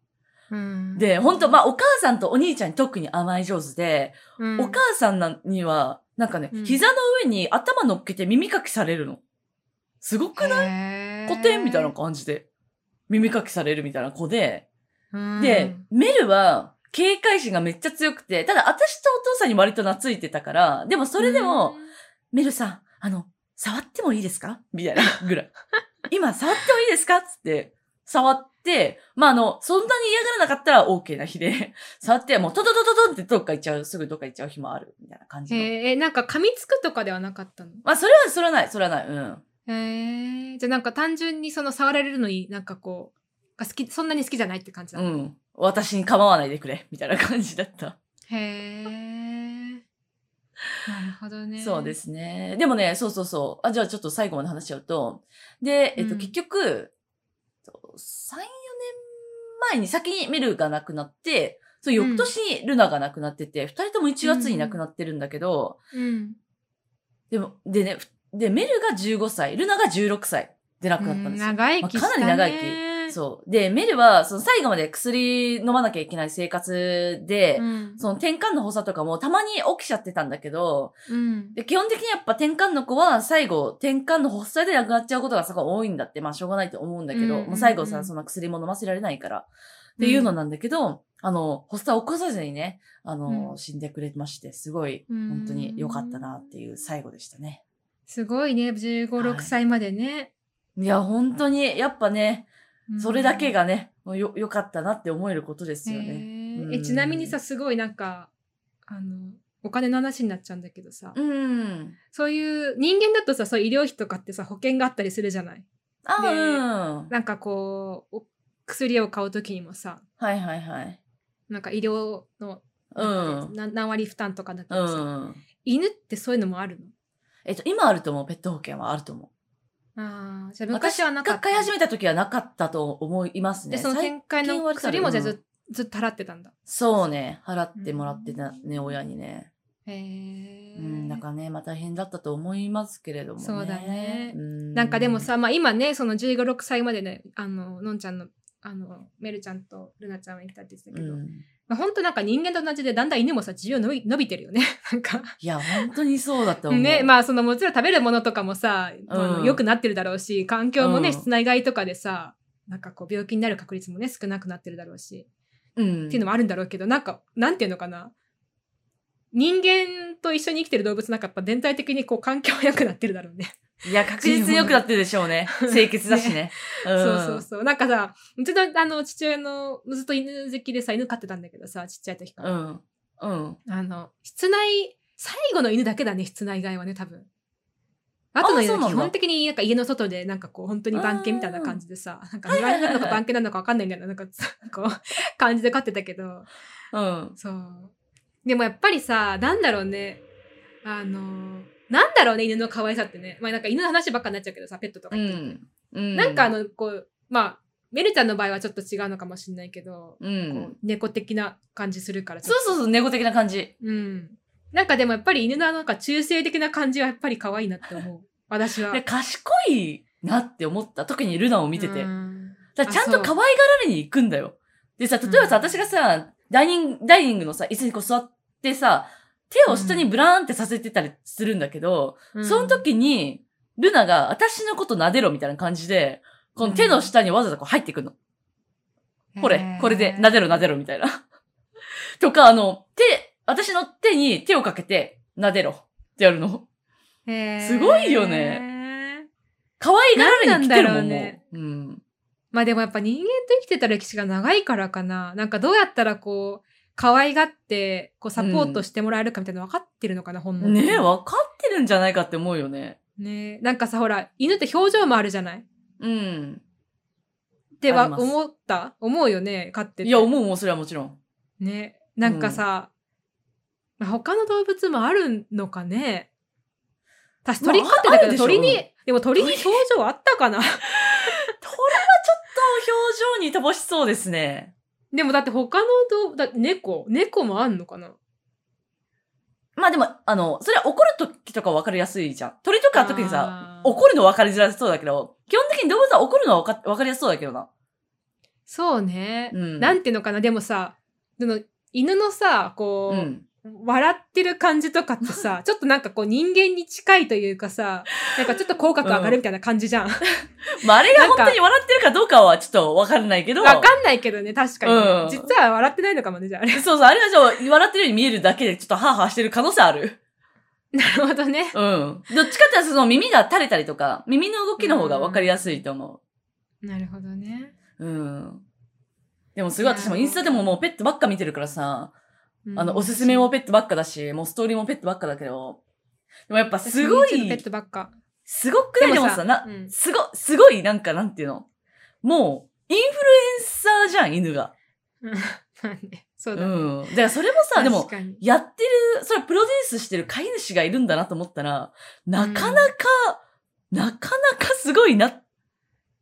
Speaker 2: うん。
Speaker 1: で、本当まあ、お母さんとお兄ちゃんに特に甘え上手で、
Speaker 2: うん、
Speaker 1: お母さんなんには、なんかね、
Speaker 2: うん
Speaker 1: 膝の上に頭乗っけて耳かきされるの。すごくない
Speaker 2: ない
Speaker 1: 古典みたいな感じで。耳かきされるみたいな子で。
Speaker 2: うん
Speaker 1: で、メルは、警戒心がめっちゃ強くて、ただ私とお父さんに割と懐いてたから、でもそれでも、、メルさん、あの、触ってもいいですかみ たいなぐらい。今、触ってもいいですかつって、触って、まあ、あの、そんなに嫌がらなかったら OK な日で、 触って、もうトトトトトンってどっか行っちゃう、すぐどっか行っちゃう日もある、みたいな感
Speaker 2: へ
Speaker 1: じの。
Speaker 2: え、えなんか噛みつくとかではなかったの
Speaker 1: まあ、それは、それはない、それはない。うん。
Speaker 2: へえ。じゃあなんか単純にその触られるのになんかこう、が好き、そんなに好きじゃないって感じだ。
Speaker 1: うん。私に構わないでくれ、みたいな感じだった。
Speaker 2: へえ。なるほどね。
Speaker 1: そうで。すね。でもね、そうそうそう。あ、じゃあちょっと最後まで話しちゃうと。で、えっと、
Speaker 2: うん
Speaker 1: 結局、そう3、4年前に先にメルが亡くなって、そう、翌年にルナが亡くなってて、二、人とも1月に亡くなってるんだけど、
Speaker 2: うん。
Speaker 1: でも、でね、ふで、メルが15歳、ルナが16歳で亡くなったんですよ。
Speaker 2: 長生きした、ね
Speaker 1: まあかなり長
Speaker 2: 生
Speaker 1: そう。で、メルは、その最後まで薬飲まなきゃいけない生活で、
Speaker 2: うん。
Speaker 1: その転換の補佐とかもたまに起きちゃってたんだけど、
Speaker 2: うん。
Speaker 1: で基本的にやっぱ転換の子は最後、転換の発作で亡くなっちゃうことがすごい多いんだって、まあしょうがないと思うんだけど、
Speaker 2: うんうんうん
Speaker 1: もう最後さ、そんな薬も飲ませられないから、っていうのなんだけど、あの、発作を起こさずにね、あの、
Speaker 2: うん
Speaker 1: 死んでくれまして、すごい、
Speaker 2: うん
Speaker 1: 本当に良かったなっていう最後でしたね。
Speaker 2: すごいね、15、
Speaker 1: はい
Speaker 2: 6歳までね。
Speaker 1: いや、本当に、やっぱね、
Speaker 2: うん
Speaker 1: それだけがね、もうよ、良かったなって思えることですよ
Speaker 2: へ
Speaker 1: ね。
Speaker 2: ー
Speaker 1: うん
Speaker 2: えちなみにさすごいなんかあのお金の話になっちゃうんだけどさ、
Speaker 1: うん。
Speaker 2: そういう人間だとさそう医療費とかってさ保険があったりするじゃない
Speaker 1: あ
Speaker 2: で
Speaker 1: うん。
Speaker 2: なんかこうお薬を買う時にもさ
Speaker 1: はいはいはい。
Speaker 2: なんか医療の
Speaker 1: う
Speaker 2: なん
Speaker 1: ん
Speaker 2: か。な何割負担とかだけどさ、
Speaker 1: うん。
Speaker 2: 犬ってそういうのもあるの
Speaker 1: えっと、今あると思う。ペット保険はあると思う。
Speaker 2: あーじゃあ昔はなかっ
Speaker 1: 私
Speaker 2: た
Speaker 1: が飼い始めた時はなかったと思いますね。
Speaker 2: でその
Speaker 1: 最
Speaker 2: 展開
Speaker 1: 近
Speaker 2: の
Speaker 1: は来たね
Speaker 2: 薬もじゃあず,、
Speaker 1: うん
Speaker 2: ずっと払ってたんだ
Speaker 1: そうね。払ってもらってたね、親にね。
Speaker 2: へえ、
Speaker 1: うん、だからね、まあ大変だったと思いますけれどもね。
Speaker 2: そうだね
Speaker 1: うん
Speaker 2: なんかでも、さ、まあ、今ねその1 5 6歳までねあののんちゃんのあのメルちゃんとルナちゃんはいたって言ってた
Speaker 1: う
Speaker 2: けど、
Speaker 1: ん、
Speaker 2: まあ、ほんとなんか人間と同じでだんだん犬もさ自由伸び伸びてるよね なんか
Speaker 1: いや、本当にそうだと思う。
Speaker 2: ねまあそのもちろん食べるものとかもさ、
Speaker 1: うん
Speaker 2: あの良くなってるだろうし環境もね、
Speaker 1: うん
Speaker 2: 室内外とかでさなんかこう病気になる確率もね少なくなってるだろうし、
Speaker 1: うん、
Speaker 2: っていうのもあるんだろうけどなんかなんていうのかな人間と一緒に生きてる動物なんかやっぱ全体的にこう環境は良くなってるだろうね。
Speaker 1: いや、確実に良くなってるでしょう ね。清潔だしね。うん
Speaker 2: そうそうそう。なんかさ、うちのあの父親のずっと犬好きでさ、犬飼ってたんだけどさ、ちっちゃい時から。
Speaker 1: うん。うん。
Speaker 2: あの、室内、最後の犬だけだね、室内以外はね、多分。あとの
Speaker 1: あ
Speaker 2: 犬
Speaker 1: そうなんだ
Speaker 2: は基本的になんか家の外でなんかこう本当に番犬みたいな感じでさ、なんか庭なのか番犬なのかわかんないみたいな、なんかさこう感じで飼ってたけど、
Speaker 1: うん。
Speaker 2: そう。でもやっぱりさ、なんだろうね、あの、なんだろうね、犬の可愛さってね。まあなんか犬の話ばっかになっちゃうけどさ、ペットとか
Speaker 1: う
Speaker 2: 言ってると
Speaker 1: ん。うん。
Speaker 2: なんかあ、の、こう、まあ、メルちゃんの場合はちょっと違うのかもしれないけど、
Speaker 1: う
Speaker 2: こ
Speaker 1: ん
Speaker 2: う。猫的な感じするから。
Speaker 1: そうそうそう、猫的な感じ。
Speaker 2: うん。なんかでもやっぱり犬のなんか中性的な感じはやっぱり可愛いなって思う。私は。
Speaker 1: で、賢いなって思った。特にルナを見てて。
Speaker 2: うん
Speaker 1: だからちゃん
Speaker 2: あそ
Speaker 1: と
Speaker 2: う
Speaker 1: 可愛がられに行くんだよ。でさ、例えばさ、
Speaker 2: うん
Speaker 1: 私がさ、ダイニング、ダイニングのさ、椅子にこう座ってさ、手を下にブラーンってさせてたりするんだけど、その、時に、ルナが私のこと撫でろみたいな感じで、この手の下にわざわざこう入ってくるの。
Speaker 2: うん
Speaker 1: これ、これで撫でろ撫でろみたいな。 とか、あの、手、私の手に手をかけて、撫でろってやるの。
Speaker 2: へー
Speaker 1: すごいよ
Speaker 2: ね。
Speaker 1: 可愛がられに来てるもん、
Speaker 2: なんだろう
Speaker 1: ね
Speaker 2: ね、
Speaker 1: もう。うん。
Speaker 2: まあでもやっぱ人間と生きてた歴史が長いからかな。なんかどうやったらこう、可愛がって、こうサポートしてもらえるかみたいなの分かってるのかな、本能的に
Speaker 1: ねえ、わかってるんじゃないかって思うよね。
Speaker 2: ねなんかさ、ほら、犬って表情もあるじゃない
Speaker 1: うん。
Speaker 2: って
Speaker 1: あり
Speaker 2: は
Speaker 1: ます
Speaker 2: 思った思うよね、飼ってて。
Speaker 1: いや、思うもう、それはもちろん。
Speaker 2: ね。なんかさ、まあ他の動物もあるのかね。私鳥飼
Speaker 1: まあ
Speaker 2: ってたけ
Speaker 1: ある
Speaker 2: ど、
Speaker 1: でしょ
Speaker 2: 鳥
Speaker 1: うん
Speaker 2: に、でも鳥に表情あったかな
Speaker 1: 鳥はちょっと表情に乏しそうですね。
Speaker 2: でもだって他の動物、だって猫、猫もあんのかな
Speaker 1: まあでも、あの、それは怒る時とか分かりやすいじゃん。鳥とかは特にさ、
Speaker 2: あー
Speaker 1: 怒るの分かりづらそうだけど、基本的に動物は怒るのは分か分かりやすそうだけどな。
Speaker 2: そうね。
Speaker 1: うん
Speaker 2: なんていうのかな、でもさ、その犬のさ、こ
Speaker 1: う
Speaker 2: う、
Speaker 1: ん。
Speaker 2: 笑ってる感じとかって さ、ちょっとなんかこう人間に近いというかさ、なんかちょっと口角上がるみたいな感じじゃん。わ、
Speaker 1: まああれが
Speaker 2: なん
Speaker 1: 本
Speaker 2: か
Speaker 1: 当に笑ってるかどうかはちょっと分からないけど、
Speaker 2: かんないけどね、確かに、
Speaker 1: うん
Speaker 2: 実は笑ってないのかもね、じゃああれ。
Speaker 1: そうそう、あれはじゃあ笑ってるように見えるだけでちょっとハーハーしてる可能性ある。
Speaker 2: なるほどね。
Speaker 1: うん。どっちかっていうとその耳が垂れたりとか、耳の動きの方が分かりやすいと思
Speaker 2: なるほどね。
Speaker 1: う。うん。でもすごい私もインスタでももうペットばっか見てるからさ、あの、おすすめも
Speaker 2: ペッ
Speaker 1: ペットばっかだし、もうストーリーもペットばっかだけど、でもやっぱすごい、
Speaker 2: ペットばっか。
Speaker 1: すごくないで
Speaker 2: で
Speaker 1: も
Speaker 2: もさ
Speaker 1: さ、な
Speaker 2: うん
Speaker 1: すご、すごいなんかなんていうのもう、インフルエンサーじゃん、犬が。
Speaker 2: うんまあねそううだね。
Speaker 1: ん。だからそれもさ、でも
Speaker 2: 確、かに
Speaker 1: やってる、それプロデュースしてる飼い主がいるんだなと思ったら、なかなか、なかなかすごいな、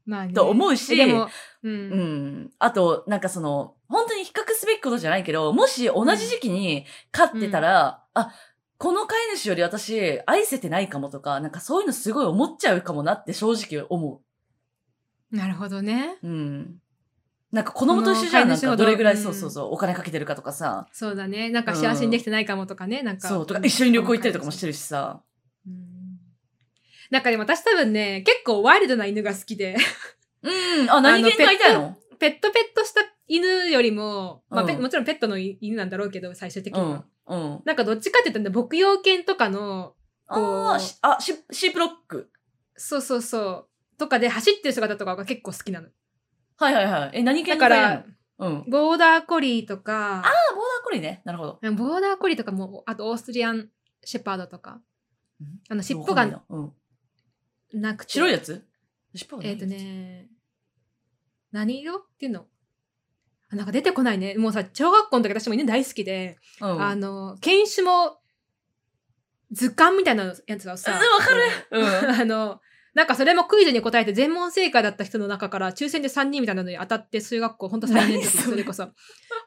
Speaker 2: まあね。
Speaker 1: と思うし
Speaker 2: えでも、う。
Speaker 1: うんん。あと、なんかその、本当に比較すべきことじゃないけど、もし同じ時期に飼ってたら、あ、この飼い主より私、愛せてないかもとか、なんかそういうのすごい思っちゃうかもなって正直思
Speaker 2: なるほどね。
Speaker 1: う。うん。なんか子供と一緒じゃん。
Speaker 2: こ
Speaker 1: な
Speaker 2: の飼い
Speaker 1: ん
Speaker 2: 主の
Speaker 1: かどれぐらい、
Speaker 2: うん
Speaker 1: そうそうそう、お金かけてるかとかさ、
Speaker 2: そうだね。なんか幸せにできてないかもとかね。なんか。
Speaker 1: そう、とか一緒に旅行行ったりとかもしてるしさ。
Speaker 2: うんなんかでも私多分ね、結構ワイルドな犬が好きで、
Speaker 1: うん、あ、何気に飼いたいの
Speaker 2: ペットペットした犬よりも、まあペ
Speaker 1: うん
Speaker 2: もちろんペットの犬なんだろうけど、最終的
Speaker 1: う
Speaker 2: には。
Speaker 1: ん、うん。
Speaker 2: なんかどっちかって言ったら、牧羊犬とかの、
Speaker 1: あーしあ、シシープロック。
Speaker 2: そうそうそう、とかで走ってる姿とかが結構好きなの。
Speaker 1: はいはいはい。え、何気
Speaker 2: だ
Speaker 1: に
Speaker 2: か
Speaker 1: 飼いたい
Speaker 2: ら
Speaker 1: の、うん。あ、ボー
Speaker 2: ボーダーコリーとか、
Speaker 1: ダーコリーね。なるほど。
Speaker 2: ボーダーコリーとかも、あとオーストリアンシェパードとか
Speaker 1: ん、
Speaker 2: あの、尻尾
Speaker 1: わかんない
Speaker 2: が
Speaker 1: なうん。
Speaker 2: なくて。
Speaker 1: 白いやつ尻尾がない
Speaker 2: えっ、と。ね、何色っていうのあなんか出てこないね。もうさ、小学校の時私も犬大好きで、
Speaker 1: うん。
Speaker 2: あの、犬種も、図鑑みたいなやつをさ、
Speaker 1: うんわかるうん。
Speaker 2: あの、なんかそれもクイズに答えて全問正解だった人の中から抽選で3人みたいなのに当たって、中学校、ほんと3年生
Speaker 1: 何それ
Speaker 2: それこそ。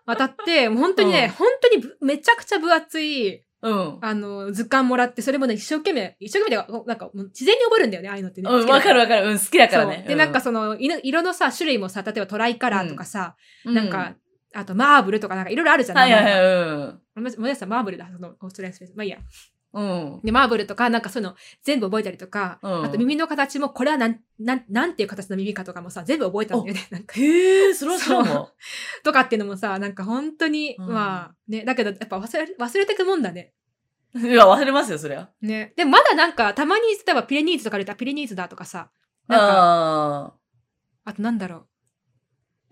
Speaker 2: 当たって、もう本当にね、
Speaker 1: うん
Speaker 2: 本当にぶめちゃくちゃ分厚い、
Speaker 1: うん。
Speaker 2: あの、図鑑もらって、それもね、一生懸命、一生懸命で、なんか、もう自然に覚えるんだよね、ああいうのってね。
Speaker 1: うん、わかるわかる。うん、好きだ
Speaker 2: だ
Speaker 1: からね。
Speaker 2: で、なんかその、色色のさ、種類もさ、例えばトライカラーとかさ、
Speaker 1: うん、
Speaker 2: なんか、あとマーブルとかなんかいろいろあるじ
Speaker 1: うん、
Speaker 2: ゃ
Speaker 1: は
Speaker 2: ないい、
Speaker 1: はい
Speaker 2: い。
Speaker 1: はい、
Speaker 2: ごめんなさい、マーブルだ、その、オーストラリアスペース。まあいいや。
Speaker 1: うん。うん。
Speaker 2: で、マーブルとか、なんかそういうの全部覚えたりとか、
Speaker 1: うん
Speaker 2: あと耳の形も、これはなん、なん、なんていう形の耳かとかもさ、全部覚えたんだよね。なんか、
Speaker 1: へえ、それは知らんわ。
Speaker 2: とかっていうのもさ、なんか本当に、
Speaker 1: うん
Speaker 2: まあ、ね、だけど、やっぱ忘れ、忘れてくもんだね。
Speaker 1: いや、忘れますよ、そりゃ。
Speaker 2: ね。でもまだなんか、たまに、例えばピレニーズとか出たらピレニーズだとかさ、なんか、あ
Speaker 1: ああ。
Speaker 2: となんだろ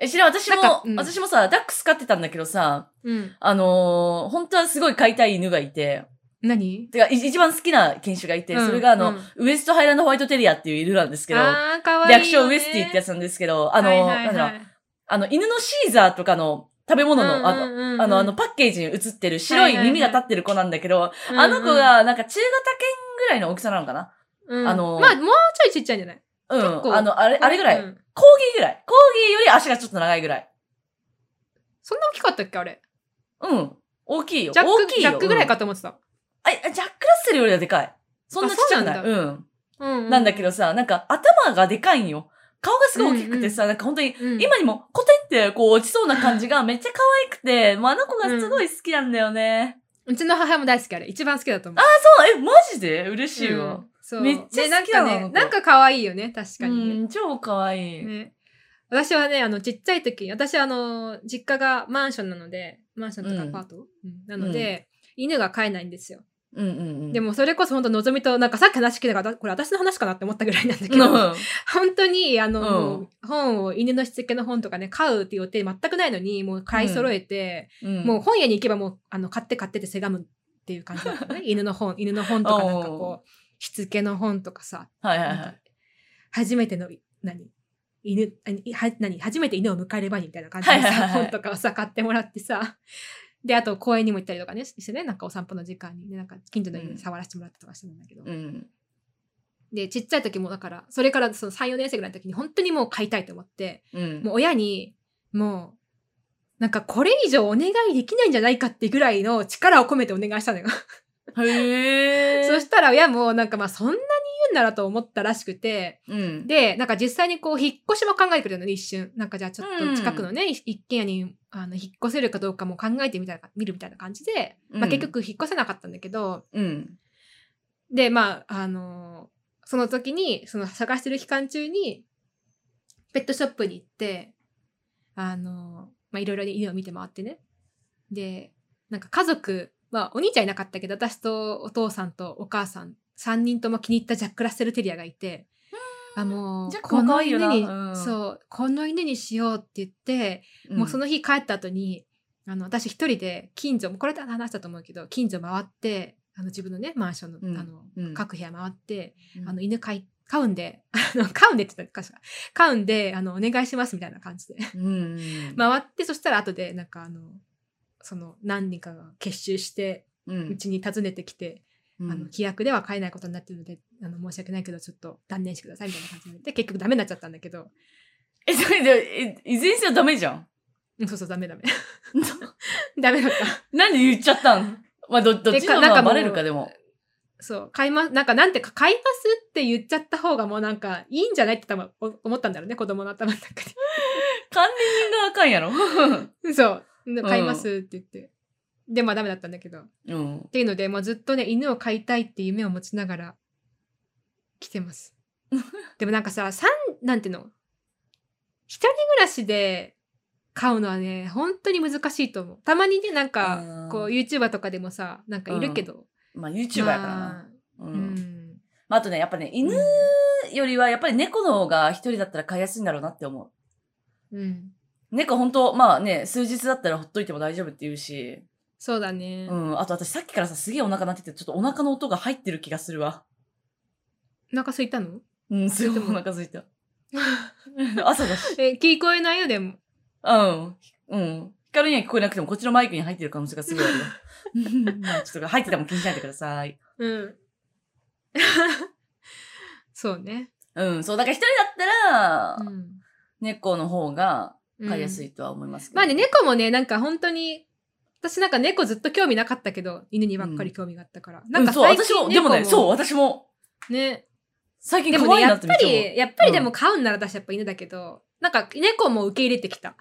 Speaker 1: え、知らん、私
Speaker 2: なんか
Speaker 1: も、
Speaker 2: うん
Speaker 1: 私もさ、ダックス飼ってたんだけどさ、
Speaker 2: う。うん。
Speaker 1: あのー本当はすごい飼いたい犬がいて、
Speaker 2: 何
Speaker 1: てか、い一番好きな犬種がいて、
Speaker 2: うん
Speaker 1: それがあの、
Speaker 2: うん
Speaker 1: ウエストハイランドホワイトテリアっていう犬なんですけど、
Speaker 2: あー、かわいい、
Speaker 1: 略
Speaker 2: ね。
Speaker 1: 称ウエスティってやつなんですけど、あ
Speaker 2: あ
Speaker 1: の、なんだろう、あの、犬のシーザーとかの食べ物の、あの、あの、あの、パッケージに映ってる白い耳が立ってる子なんだけど、あの子、が、なんか中型犬ぐらいの大きさなのかな
Speaker 2: うんうんうんうんうん
Speaker 1: あの
Speaker 2: まあ、もうちょいちっちゃいんじゃない結
Speaker 1: う
Speaker 2: 構
Speaker 1: ん。あの、あれ、あれぐらい。
Speaker 2: うん
Speaker 1: コーギーぐらい。コーギーより足がちょっと長いぐらい。
Speaker 2: そんな大きかったっけあれ。
Speaker 1: うん。大きいよ。
Speaker 2: ジャック
Speaker 1: 大きい
Speaker 2: ジ
Speaker 1: よ。
Speaker 2: ャックぐらい
Speaker 1: うん
Speaker 2: かと思ってた。
Speaker 1: あ、あジャック・ラッセルよりはでかい。そんなちっちゃくな
Speaker 2: あ
Speaker 1: い。
Speaker 2: そう
Speaker 1: うん。
Speaker 2: うん、うん。
Speaker 1: なんだけどさ、なんか頭がでかいんよ。顔がすごい大きくてさ、なんか本当に、
Speaker 2: うん、
Speaker 1: 今にもコテってこう落ちそうな感 じがめっちゃ可愛くて、もうあの子がすごい好きなんだよね。
Speaker 2: うちの母親も大好きあれ。一番好きだと思う。
Speaker 1: そう、え、マジで嬉しいわ。
Speaker 2: そう。
Speaker 1: めっちゃ好き
Speaker 2: で
Speaker 1: だわあ
Speaker 2: なんか
Speaker 1: の
Speaker 2: ね、
Speaker 1: 子
Speaker 2: なんか可愛いよね、確
Speaker 1: う
Speaker 2: かにね。
Speaker 1: ん、超可愛い。
Speaker 2: ね私はね、あの、ちっちゃい時、私あの、実家がマンションなので、マンションとかアパート、うんなので、犬が飼えないんですよ。
Speaker 1: うんうんうん。
Speaker 2: でもそれこそ本当のぞみと、なんかさっき話聞いたから、これ私の話かなって思ったぐらいなんだけ
Speaker 1: うん、
Speaker 2: ど、
Speaker 1: うん。
Speaker 2: 本当に、あ
Speaker 1: う
Speaker 2: の、
Speaker 1: ん
Speaker 2: もう本を、犬のしつけの本とかね、買うっていう予定全くないのに、もう買い揃えて、
Speaker 1: うん、
Speaker 2: もう本屋に行けばもう、あの、買って買っててせがむっていう感じだったの ね。犬の本、犬の本とかなんかこう、しつけの本とかさ、
Speaker 1: はいはいは
Speaker 2: なんか
Speaker 1: い。
Speaker 2: 初めての、何犬、あいは何初めて犬を迎えればいいみたいな感じの
Speaker 1: はいはい
Speaker 2: さ、
Speaker 1: はいはい
Speaker 2: 本とかをさ、買ってもらってさ、で、あと公園にも行ったりとかね、してね、なんかお散歩の時間にね、なんか近所の犬に触らせてもらったりとかしてたんだけど、
Speaker 1: うん。
Speaker 2: で、ちっちゃい時もだから、それからその3、4年生ぐらいの時に本当にもう飼いたいと思って、
Speaker 1: うん。
Speaker 2: もう親に、もう、なんかこれ以上お願いできないんじゃないかってぐらいの力を込めてお願いしたのよ。
Speaker 1: へえ。
Speaker 2: そしたら親もなんかまあそんなに言うんならと思ったらしくて、
Speaker 1: うん。
Speaker 2: で、なんか実際にこう引っ越しも考えてくれたのね、一瞬。なんかじゃあちょっと近くのね、一一軒家にあの引っ越せるかどうかも考えてみたいな、見るみたいな感じで、ま
Speaker 1: う
Speaker 2: あ
Speaker 1: ん
Speaker 2: 結局引っ越せなかったんだけど、
Speaker 1: うん。
Speaker 2: で、まあ、あのその時に、その探してる期間中に、ペットショップに行って、あのまあ、いろいろ犬を見て回ってね。で、なんか家族、まあ、お兄ちゃんいなかったけど、私とお父さんとお母さん、3人とも気に入ったジャック・ラッセル・テリアがいて、あ、もう
Speaker 1: ジャ、ック
Speaker 2: こ
Speaker 1: も可
Speaker 2: の
Speaker 1: 愛いよ
Speaker 2: 犬
Speaker 1: な
Speaker 2: に、
Speaker 1: うん
Speaker 2: そう、この犬にしようって言って、もうその日帰った後に、あの、私一人で近所、もうこれで話したと思うけど、近所回って、あの、自分のね、マンションの、
Speaker 1: うん
Speaker 2: あの、
Speaker 1: うん
Speaker 2: 各部屋回って、
Speaker 1: うん、
Speaker 2: あの、犬飼い、飼うんで、 あの、飼うんでって言ったかしら、飼うんで、あの、お願いしますみたいな感じで。
Speaker 1: うん。
Speaker 2: 回って、そしたら後で、なんかあの、その、何人かが結集して、
Speaker 1: う、
Speaker 2: うんちに訪ねてきて、
Speaker 1: うん
Speaker 2: あの、規約では飼えないことになってるので、あの、申し訳ないけど、ちょっと断念してくださいみたいな感じで、で結局ダメになっちゃったんだけど、
Speaker 1: え、それで、えいずれにせよダメじゃん。
Speaker 2: うん、そうそう、ダメ ダメ。ダメだった。
Speaker 1: なんで言っちゃったんまあ、ど、どっち
Speaker 2: でか
Speaker 1: が
Speaker 2: なん
Speaker 1: ま
Speaker 2: か
Speaker 1: あ
Speaker 2: もう
Speaker 1: バレるかでも。
Speaker 2: そう、買います、なんかなんてか、買いますって言っちゃった方がもうなんかいいんじゃないって多分お思ったんだろうね、子供の頭の中
Speaker 1: 管理人があかんやろ。
Speaker 2: で。 そう、買いますって言って。で、まあダメだったんだけど。っ
Speaker 1: うん。
Speaker 2: ていうので、もうずっとね、犬を飼いたいって夢を持ちながら来て ます。でもなんかさ、三なんていうの一人暮らしで飼うのはね、本当に難しいと思う。たまにね、なん
Speaker 1: う
Speaker 2: か
Speaker 1: ん、
Speaker 2: こう YouTuber とかでもさ、なんかいるけど。
Speaker 1: まあ、YouTuber やから
Speaker 2: ま
Speaker 1: な。
Speaker 2: あ
Speaker 1: う。
Speaker 2: うんん。
Speaker 1: まあ、あとね、やっぱね、犬よりは、やっぱり猫の方が一人だったら飼いやすいんだろうなって思う。
Speaker 2: うん。
Speaker 1: 猫ほんと、まあね、数日だったらほっといても大丈夫って言うし。
Speaker 2: そうだね。
Speaker 1: うん。あと私さっきからさ、すげえお腹鳴ってて、ちょっとお腹の音が入ってる気がするわ。
Speaker 2: お腹空いたの
Speaker 1: うん、すごいお腹空いた。 朝だし。
Speaker 2: え、聞こえないよ、でも。
Speaker 1: うん。うん。光には聞こえなくても、こっちのマイクに入ってる可能性がすごいあるよ。 うんちょっと入ってたもん気にしないでください。
Speaker 2: うん。そうね。
Speaker 1: うん、そう、だから一人だった
Speaker 2: う
Speaker 1: ら、
Speaker 2: ん。
Speaker 1: 猫の方が
Speaker 2: うん
Speaker 1: 飼いやすいとは思いますけど。
Speaker 2: まあね、猫もね、なんか本当に、私なんか猫ずっと興味なかったけど、犬にばっかり興味があったから。なん
Speaker 1: う
Speaker 2: か
Speaker 1: ん、そう、
Speaker 2: 最近
Speaker 1: 私も、でもね、
Speaker 2: 猫
Speaker 1: そう、私も、
Speaker 2: ね。
Speaker 1: 最近
Speaker 2: で
Speaker 1: 可
Speaker 2: も
Speaker 1: 愛
Speaker 2: ね、
Speaker 1: い
Speaker 2: や
Speaker 1: なっ
Speaker 2: って
Speaker 1: め
Speaker 2: ぱ
Speaker 1: っちゃ思う。
Speaker 2: り、やっぱり
Speaker 1: うん
Speaker 2: でも飼うんなら私やっぱ犬だけど、なんか猫も受け入れてきた。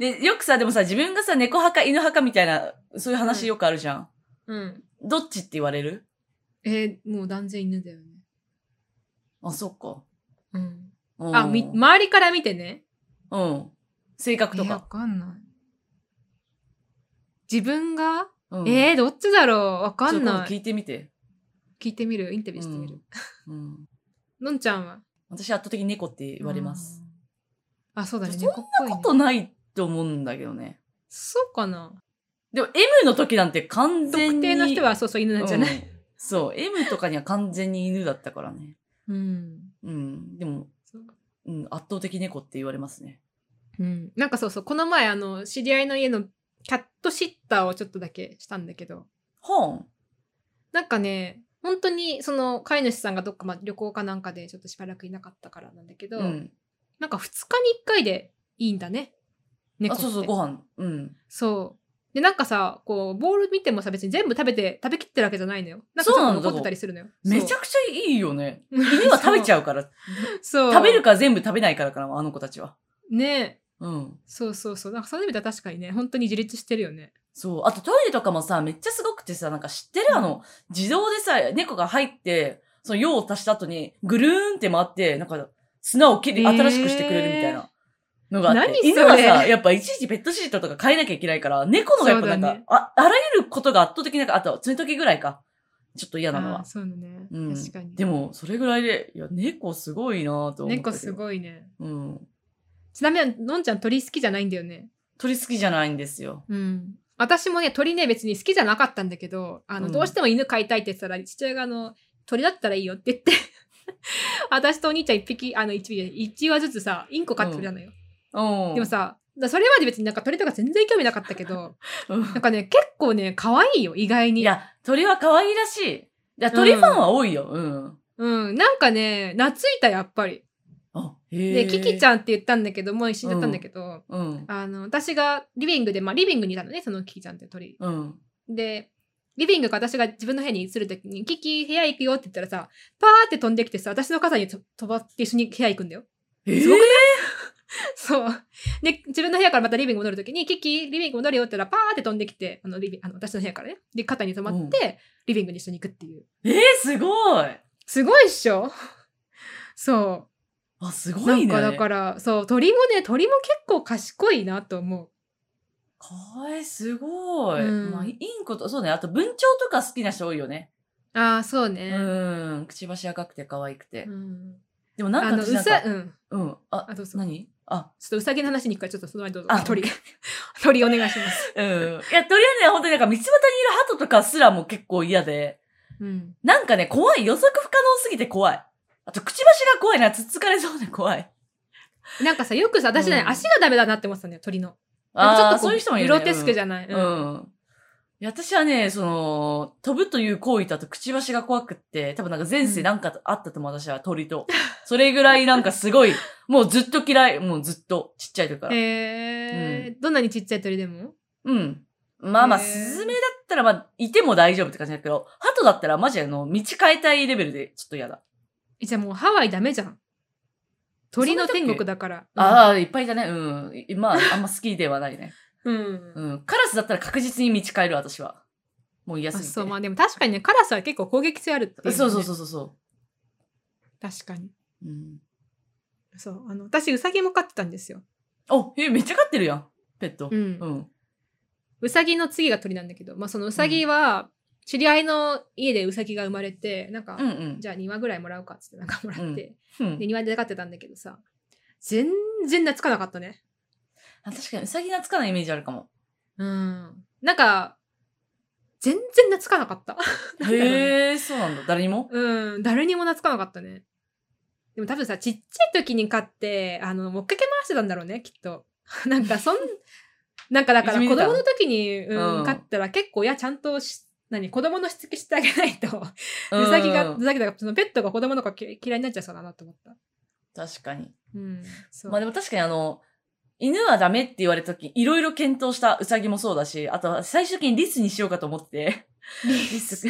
Speaker 1: で、よくさ、でもさ、自分がさ、猫派か犬派かみたいな、そういう話よくあるじゃん。
Speaker 2: うん。
Speaker 1: どっちって言われる
Speaker 2: えーもう断然犬だよね。
Speaker 1: あ、そっか。
Speaker 2: うん。
Speaker 1: うん、
Speaker 2: あ、み、周りから見てね。
Speaker 1: うん。性格と
Speaker 2: えわ
Speaker 1: か。
Speaker 2: かんない。自分が
Speaker 1: うん
Speaker 2: えー、どっちだろうわか
Speaker 1: ち
Speaker 2: ん
Speaker 1: ょっ
Speaker 2: な
Speaker 1: と今度聞
Speaker 2: い。
Speaker 1: いてみて。
Speaker 2: 聞いてみる。インタビューしてみる。
Speaker 1: うん。
Speaker 2: のんちゃんは
Speaker 1: 私圧倒的に猫って言われます。。
Speaker 2: あ、そうだね。
Speaker 1: そんな
Speaker 2: 猫っぽいね
Speaker 1: ことないと思うんだけどね。
Speaker 2: そうかな。
Speaker 1: でも M の時なんて完全に。
Speaker 2: 特定の人はそうそう犬なんじゃない、
Speaker 1: うんそう、M とかには完全に犬だったからね。
Speaker 2: うん、
Speaker 1: うん。でも、
Speaker 2: そう
Speaker 1: うん、圧倒的猫って言われますね。
Speaker 2: うん。なんかそうそう、この前、あの、知り合いの家のキャットシッターをちょっとだけしたんだけど、
Speaker 1: ほん。
Speaker 2: なんかね、本当にその飼い主さんがどっか、まあ、旅行かなんかでちょっとしばらくいなかったからなんだけど、
Speaker 1: うん。
Speaker 2: なんか2日に1回でいいんだね。猫
Speaker 1: あ、
Speaker 2: って
Speaker 1: そうそう、ご飯。うん。
Speaker 2: そう。で、なんかさ、こう、ボール見てもさ、別に全部食べて、食べきってるわけじゃないのよ。なんかちょ
Speaker 1: そうな
Speaker 2: っ
Speaker 1: の
Speaker 2: と残ってたりするのよ。
Speaker 1: めちゃ
Speaker 2: ゃ
Speaker 1: くちゃいいよね。犬は食べちゃうから。
Speaker 2: そう。
Speaker 1: 食べるか全部食べないからかな、あの子たちは。
Speaker 2: ねえ
Speaker 1: うん。
Speaker 2: そうそうそう。なんかそういう意味では確かにね、本当に自立してるよね。
Speaker 1: そう。あとトイレとかもさ、めっちゃすごくてさ、なんか知ってるあの、自動でさ、猫が入って、その用を足した後に、ぐるーんって回って、なんか、砂をきり、
Speaker 2: えー
Speaker 1: 新しくしてくれるみたいなのがあって。
Speaker 2: 何それ
Speaker 1: 犬はさ、やっぱいちいちペットシートとか変えなきゃいけないから、猫のがやっぱなんか、
Speaker 2: そうだね
Speaker 1: あ、あらゆることが圧倒的なんか、あと、爪ときぐらいか。ちょっと嫌なの
Speaker 2: あー
Speaker 1: は。
Speaker 2: そうだね。
Speaker 1: うん
Speaker 2: 確かに。
Speaker 1: でも、それぐらいで、いや、猫すごいなと思って。
Speaker 2: 猫すごいね。
Speaker 1: い。うん。
Speaker 2: ちなみに、のんちゃん鳥好きじゃないんだよね。
Speaker 1: 鳥好きじゃないんですよ。
Speaker 2: うん。私もね、鳥ね、別に好きじゃなかったんだけど、あの、
Speaker 1: うん
Speaker 2: どうしても犬飼いたいって言ってたら、父親があの、鳥だったらいいよって言 って、私とお兄ちゃん一匹、あの、一匹じゃない、一羽ずつさ、インコ飼ってくれたのよ。
Speaker 1: うん。
Speaker 2: でもさ、だそれまで別になんか鳥とか全然興味なかったけど、
Speaker 1: うん、
Speaker 2: なんかね、結構ね、可愛いよ、意外に。
Speaker 1: いや、鳥は可愛いらしい。いや、鳥ファンは多いよ。うん。
Speaker 2: うん、なんかね、懐いた、やっぱり。
Speaker 1: あ、へ
Speaker 2: で、キキち
Speaker 1: ゃん。
Speaker 2: ゃんって言ったんだけど、もう死んじゃったんだけど、
Speaker 1: うん。
Speaker 2: あの、私がリビングで、まあ、リビングにいたのね、そのキキちゃんって鳥。
Speaker 1: うん。
Speaker 2: で、リビングから私が自分の部屋に移るときに、キキ、部屋行くよって言ったらさ、パーって飛んできてさ、私の傘にと飛ばって一緒に部屋行くんだよ。
Speaker 1: えー
Speaker 2: すごそう。で、自分の部屋からまたリビング戻るときに、キキ、リビング戻るよって言ったら、パーって飛んできて、あの、リビあの私の部屋からね。で、肩に止まって、リビングに一緒に行くっていう。
Speaker 1: えー、すごい。
Speaker 2: すごいっしょそ
Speaker 1: あ、す
Speaker 2: う。
Speaker 1: ご
Speaker 2: ない
Speaker 1: ね。。
Speaker 2: んかだからら、そう、鳥もね、鳥も結構賢いなと思う。
Speaker 1: かわいい、すごい。
Speaker 2: うん
Speaker 1: まあ、インコと、そうね。あと、文鳥とか好きな人多いよね。
Speaker 2: ああ、そうね。
Speaker 1: うん。くちばし赤くて可愛くて。
Speaker 2: うん
Speaker 1: でもなん
Speaker 2: あ
Speaker 1: か
Speaker 2: の、う
Speaker 1: 私なんか、
Speaker 2: さ、うん。
Speaker 1: うん。あ、
Speaker 2: あ、どうぞ。ちょっ
Speaker 1: 何あ、
Speaker 2: とうさぎの話に行くから、ちょっとその前にどうぞ
Speaker 1: あ。
Speaker 2: 鳥。 鳥お願いします。
Speaker 1: うん。いや、鳥はね、本当になんか、道端にいる鳩とかすらも結構嫌で。
Speaker 2: うん。
Speaker 1: なんかね、怖い。予測不可能すぎて怖い。あと、くちばしが怖いな。つっつかれそうで怖い。
Speaker 2: なんかさ、よくさ、私ね、
Speaker 1: うん
Speaker 2: 足がダメだなって思ってたのよ、鳥の。なんか
Speaker 1: ああー、
Speaker 2: ちょっとこ
Speaker 1: そういう人もいる、
Speaker 2: グ
Speaker 1: ね。
Speaker 2: ロテスクじゃない。
Speaker 1: うん。うんいや私はね、その、飛ぶという行為だとくちばしが怖くって、多分なんか前世なんかあったと思う、私は鳥と。それぐらいなんかすご い、もうずっと嫌い、もうずっと、ちっちゃい時から。
Speaker 2: へえ。どんなにちっちゃい鳥でも
Speaker 1: うん。まあまあ、
Speaker 2: へー
Speaker 1: スズメだったらまあ、いても大丈夫って感じだけど、鳩だったらマジであの、道変えたいレベルでちょっと嫌だ。
Speaker 2: えじゃあもうハワイダメじゃん。鳥の天国だから。
Speaker 1: あ
Speaker 2: あ。
Speaker 1: あ、いっぱいいたね。うん。いまあ、あんま好きではないね。
Speaker 2: うん。
Speaker 1: うん。カラスだったら確実に道変える、私は。もう嫌す
Speaker 2: あ
Speaker 1: ぎて。
Speaker 2: そう、まあでも確かにね、カラスは結構攻撃性あるっていう、ね。。
Speaker 1: そうそうそううそうそ
Speaker 2: 確かに。
Speaker 1: う。うん。
Speaker 2: そう。あの、私、ウサギも飼ってたんですよ。
Speaker 1: お、え、めっちゃ飼ってるやん。ペット。
Speaker 2: うん
Speaker 1: う。ん。
Speaker 2: うさぎの次が鳥なんだけど、まあ、そのうさぎは、知り合いの家でうさぎが生まれて、なんか、
Speaker 1: うんうん。
Speaker 2: じゃあ2羽ぐらいもらうかっつってなんかもらって、
Speaker 1: うん
Speaker 2: で、庭で飼ってたんだけどさ、全然懐かなかったね。
Speaker 1: あ確かに、うさぎ懐かないイメージあるかも。
Speaker 2: うん。なんか、全然懐かなかった。なん だろうね
Speaker 1: へえ、そうなんだ。誰にも
Speaker 2: うん、誰にも懐かなかったね。でも多分さ、ちっちゃい時に飼って、あの、追っかけ回してたんだろうね、きっと。 なん かそん、なんかだから
Speaker 1: いじ
Speaker 2: 子
Speaker 1: めてた
Speaker 2: 供の時に、うん
Speaker 1: うん
Speaker 2: 飼ったら結構、いや、ちゃんとし、何、子供のしつけしてあげないと、 うさぎが、
Speaker 1: う
Speaker 2: うんさぎだから、そのペットが子供の子が嫌いになっちゃいそうだなと思った。
Speaker 1: 確かに。
Speaker 2: うん。そう。
Speaker 1: まあでも確かにあの、犬はダメって言われた時、いろいろ検討したうさぎもそうだし、あとは最終的にリスにしようかと思 って。リス。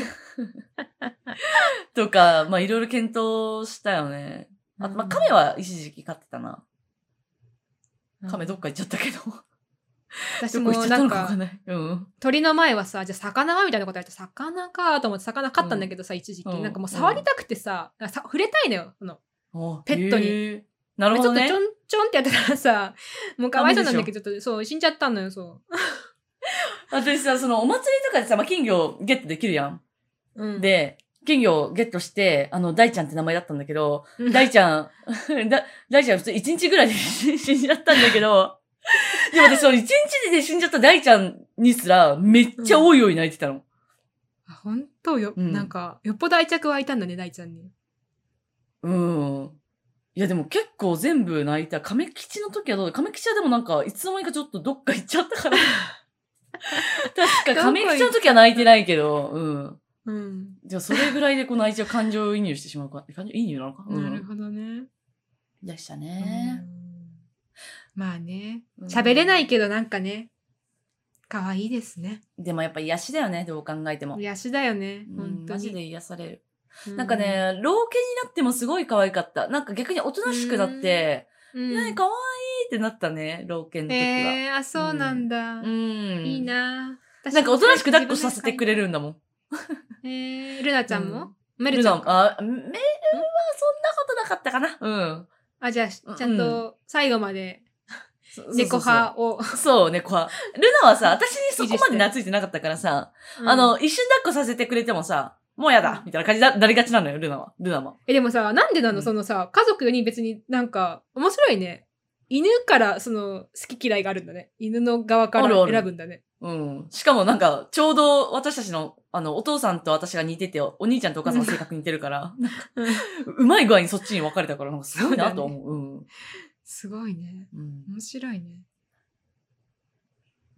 Speaker 1: とか、まあいろいろ検討したよね。あと、まあ亀は一時期飼ってたな。
Speaker 2: うん、
Speaker 1: 亀どっか行っちゃったけど。
Speaker 2: 私
Speaker 1: どこ
Speaker 2: も
Speaker 1: 行っちゃっ
Speaker 2: な
Speaker 1: た
Speaker 2: ん
Speaker 1: のかわか
Speaker 2: か
Speaker 1: ん、ない。うん。
Speaker 2: 鳥の前はさ、じゃあ魚はみたいなことやって、魚かと思って魚飼ったんだけどさ、一時期。
Speaker 1: うん
Speaker 2: なんかもう触りたくてさ、なんかさ触れたいのよ、その。
Speaker 1: お
Speaker 2: ペットに
Speaker 1: へえなるほどね
Speaker 2: ちょっ。とちょ んちょんってやってたらさ、もうかわいそうなんだけど、ちょっとそう、死んじゃったのよ、そう。
Speaker 1: 私さ、そのお祭りとかでさ、まあ、金魚ゲットできるやん。
Speaker 2: うん、
Speaker 1: で、金魚をゲットして、あの、大ちゃんって名前だったんだけ ど、
Speaker 2: うん
Speaker 1: 大ちゃん、 だ大ちゃん普通一日ぐらいで 死んじゃったんだけど、でも私その一日で死んじゃった大ちゃんにすら、めっちゃおいおい泣いてたの。
Speaker 2: あ本当よ、
Speaker 1: うん
Speaker 2: なんか、よっぽど愛着湧いたんだね、大ちゃんに。
Speaker 1: うん。いやでも結構全部泣いた。亀吉の時はどうだ亀吉はでもなんか、いつの間にかちょっとどっか行っちゃった から。確か亀吉の時は泣いてないけど、うん。
Speaker 2: うん。
Speaker 1: じゃあそれぐらいでこの愛知は感情移入してしまうか。感情移入なのかう
Speaker 2: なる
Speaker 1: ん。
Speaker 2: ほどね。
Speaker 1: でした
Speaker 2: う
Speaker 1: ね。
Speaker 2: んまあね
Speaker 1: うん。
Speaker 2: 喋れないけどなんかね、可愛いですね。
Speaker 1: でもやっぱ癒しだよね、どう考えても。
Speaker 2: 癒しだよね
Speaker 1: う、ん
Speaker 2: 本当
Speaker 1: マジ
Speaker 2: に。
Speaker 1: で癒される。
Speaker 2: う
Speaker 1: なんか、ね、老犬になってもすごい可愛かった。なんか逆におとなしくなって、
Speaker 2: うん
Speaker 1: ね、可愛いってなったね、老犬の時は。
Speaker 2: えー、あ、そうなんだ。
Speaker 1: うん。
Speaker 2: いい。なぁ。
Speaker 1: なんかおとなしく抱っこさせてく
Speaker 2: れ。
Speaker 1: れるんだもん。
Speaker 2: えー、ルナちゃん
Speaker 1: う
Speaker 2: もメル
Speaker 1: ル
Speaker 2: ちゃ
Speaker 1: ナ
Speaker 2: ん
Speaker 1: も、
Speaker 2: か
Speaker 1: あ、メルはそんなことなかったかな。うん。
Speaker 2: あ、じゃ
Speaker 1: う
Speaker 2: あ、
Speaker 1: ん
Speaker 2: ちゃんと最後まで
Speaker 1: そ
Speaker 2: 猫。派を。
Speaker 1: そうそうそうそう、猫派。ルナはさ、私にそこまで懐いてなかったからさ、
Speaker 2: う ん
Speaker 1: あの、一瞬抱っこさせてくれてもさ、もうやだみたいな感じになりがちなのよ、ルナは。ルナも。
Speaker 2: え、でもさ、なんでな
Speaker 1: うん
Speaker 2: のそのさ、家族に別になんか、面白いね。犬からその好き嫌いがあるんだね。犬の側か
Speaker 1: あるあ
Speaker 2: ら
Speaker 1: る
Speaker 2: 選ぶんだね。
Speaker 1: うん。しかもなんか、ちょうど私たちの、あの、お父さんと私が似てて、お兄ちゃんとお母さんの性格似てるから、なんか
Speaker 2: うん
Speaker 1: うまい具合にそっちに分かれたから、なんかすごいなと思う。
Speaker 2: すごいね。
Speaker 1: うん。うん
Speaker 2: 面白いね。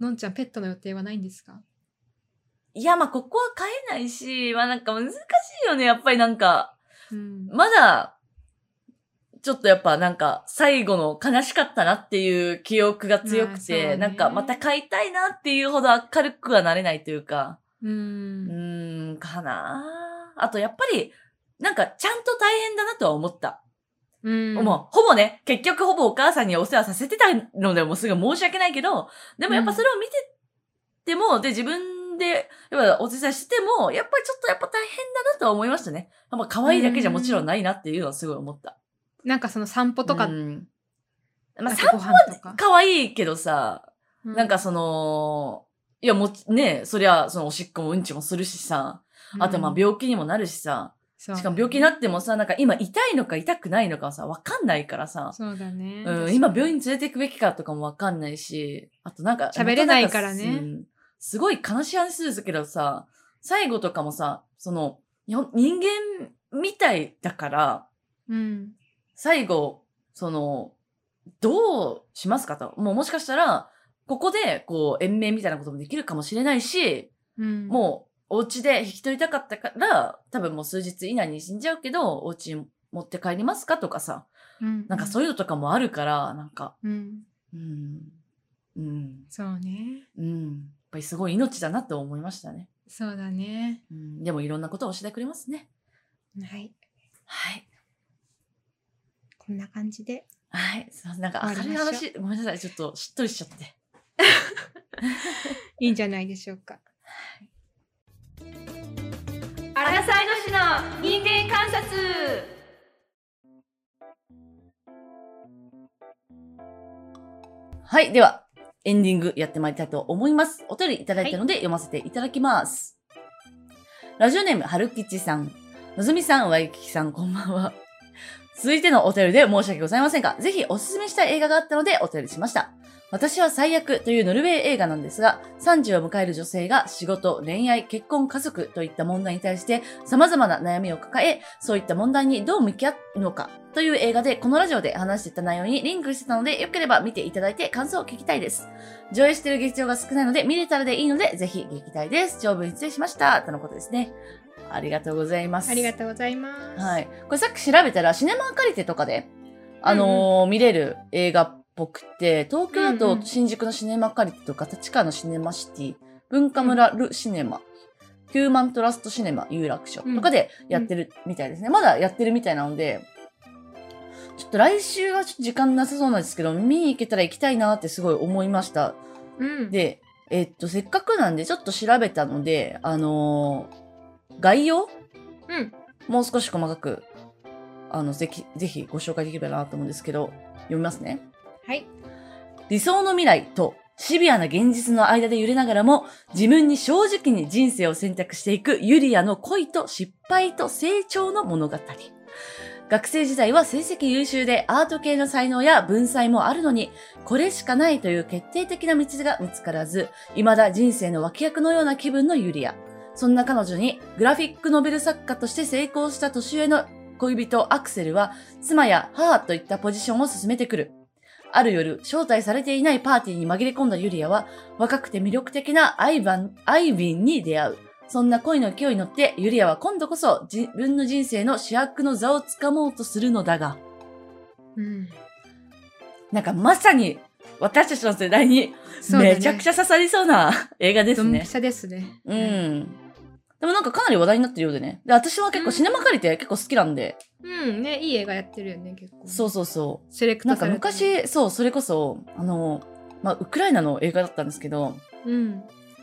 Speaker 2: のんちゃん、ペットの予定はないんですか
Speaker 1: いや、まあ、ここは変えないし、まあ、なんか難しいよね、やっぱりなんか。
Speaker 2: うん。
Speaker 1: まだ、ちょっとやっぱなんか最後の悲しかったなっていう記憶が強く
Speaker 2: まあそう
Speaker 1: て、
Speaker 2: ね
Speaker 1: なんかまた飼いたいなっていうほど明るくはなれないというか、
Speaker 2: う。
Speaker 1: うんーん、かなあとやっぱり、なんかちゃんと大変だなとは思った。
Speaker 2: うん。
Speaker 1: もう、ほぼね、結局ほぼお母さんにお世話させてたのでもうすごい申し訳ないけど、でもやっぱそれを見てても、で、自分で、やっぱお手伝いしてても、やっぱりちょっとやっぱ大変だなとは思いましたね。やっぱ可愛いだけじゃもちろんないなっていうのはすごい思った。
Speaker 2: なんかその散歩とか、
Speaker 1: うんま
Speaker 2: な
Speaker 1: あ、
Speaker 2: ん
Speaker 1: さ
Speaker 2: かご飯とか。
Speaker 1: 可愛いけどさ、
Speaker 2: う
Speaker 1: なんか、その、いや、もち、ねそりゃ、その、おしっこもうんちもするしさ、あと、まあ、病気にもなるしさ、
Speaker 2: 気、
Speaker 1: しかも病気になってもさ、なんか今痛いのか痛くないのかさ、わかんないからさ、
Speaker 2: そうだね。
Speaker 1: うん、今病院連れて行くべきかとかもわかんないし、あとなんか、
Speaker 2: 喋れないから
Speaker 1: ま
Speaker 2: ね
Speaker 1: たなんかうんすごい悲しい話するんですけどさ、最後とかもさ、その、日本人間みたいだから、
Speaker 2: うん。
Speaker 1: 最後、その、どうしますかと。もうもしかしたら、ここで、こう、延命みたいなこともできるかもしれないし、
Speaker 2: うん。
Speaker 1: もう、お家で引き取りたかったから、多分もう数日以内に死んじゃうけど、お家に持って帰りますかとかさ、
Speaker 2: うん、
Speaker 1: なんかそういうのとかもあるから、なんか、
Speaker 2: うん。うん。
Speaker 1: うん、うん、
Speaker 2: そうね。
Speaker 1: うん。やっぱりすごい命だなと思いましたね。
Speaker 2: そうだね。
Speaker 1: うん、でもいろんなことを教えてくれますね。
Speaker 2: はい。
Speaker 1: はい。
Speaker 2: こんな感じで。
Speaker 1: はい。すいません。なんか明るい
Speaker 2: 終わりま
Speaker 1: 話、
Speaker 2: し
Speaker 1: ごめんなさい。ちょっとしっとりしちゃって。
Speaker 2: いいんじゃないでしょうか。
Speaker 3: アラサイの市の人間観察
Speaker 1: はい。では、エンディングやってまいりたいと思います。お便りいただいたので読ませていただきます。ラジオネーム、はるきちさん。のぞみさん、わゆききさん、こんばんは。続いてのお便りで申し訳ございませんが、ぜひおすすめしたい映画があったのでお便りしました。私は最悪というノルウェー映画なんですが、30を迎える女性が仕事、恋愛、結婚、家族といった問題に対して様々な悩みを抱え、そういった問題にどう向き合うのかという映画で、このラジオで話していた内容にリンクしてたので、よければ見ていただいて感想を聞きたいです。上映している劇場が少ないので、見れたらでいいので、ぜひ劇隊です。長文失礼しました。とのことですね。ありがとうございます。
Speaker 2: ありがとうございます。
Speaker 1: はい。これさっき調べたら、シネマアカリテとかで、あのー見れる映画っぽくて、東京だ
Speaker 2: うんう
Speaker 1: と
Speaker 2: ん
Speaker 1: 新宿のシネマアカリテとか、立川のシネマシティ、文化村ルシネマ、ヒューマントラストシネマ有楽町とかでやってるみたいですね。まだやってるみたいなので、ちょっと来週はちょっと時間なさそうなんですけど、見に行けたら行きたいなってすごい思いました。
Speaker 2: うん。
Speaker 1: で、えっと、せっかくなんでちょっと調べたので、あのー概要
Speaker 2: うん。
Speaker 1: もう少し細かく、あの、ぜひ、ぜひご紹介できればなと思うんですけど、読みますね。
Speaker 2: はい。
Speaker 1: 理想の未来とシビアな現実の間で揺れながらも、自分に正直に人生を選択していくユリアの恋と失敗と成長の物語。学生時代は成績優秀でアート系の才能や文才もあるのに、これしかないという決定的な道が見つからず、未だ人生の脇役のような気分のユリア。そんな彼女に、グラフィックノベル作家として成功した年上の恋人アクセルは、妻や母といったポジションを進めてくる。ある夜、招待されていないパーティーに紛れ込んだユリアは、若くて魅力的なアイバン、アイビンに出会う。そんな恋の勢いに乗って、ユリアは今度こそ自分の人生の主役の座をつかもうとするのだが、
Speaker 2: うん。
Speaker 1: なんかまさに私たちの世代にめちゃくち
Speaker 2: ゃ
Speaker 1: ゃ刺さりそうな 映画で
Speaker 2: ですすね。ドン
Speaker 1: ね
Speaker 2: ピ。シャですね。
Speaker 1: う。ん。でもなんかかなり話題になってるようでね。で、私は結
Speaker 2: う
Speaker 1: 構
Speaker 2: ん
Speaker 1: シネマ借りて結構好きなんで、
Speaker 2: うん、ね、いい映画やってるよね、結構。
Speaker 1: そうそうそ
Speaker 2: セレク
Speaker 1: う。
Speaker 2: ト
Speaker 1: なん
Speaker 2: さ
Speaker 1: か
Speaker 2: れてる、
Speaker 1: 昔、そう、それこそ、あの、まあ、ウクライナの映画だったんですけど、
Speaker 2: うん。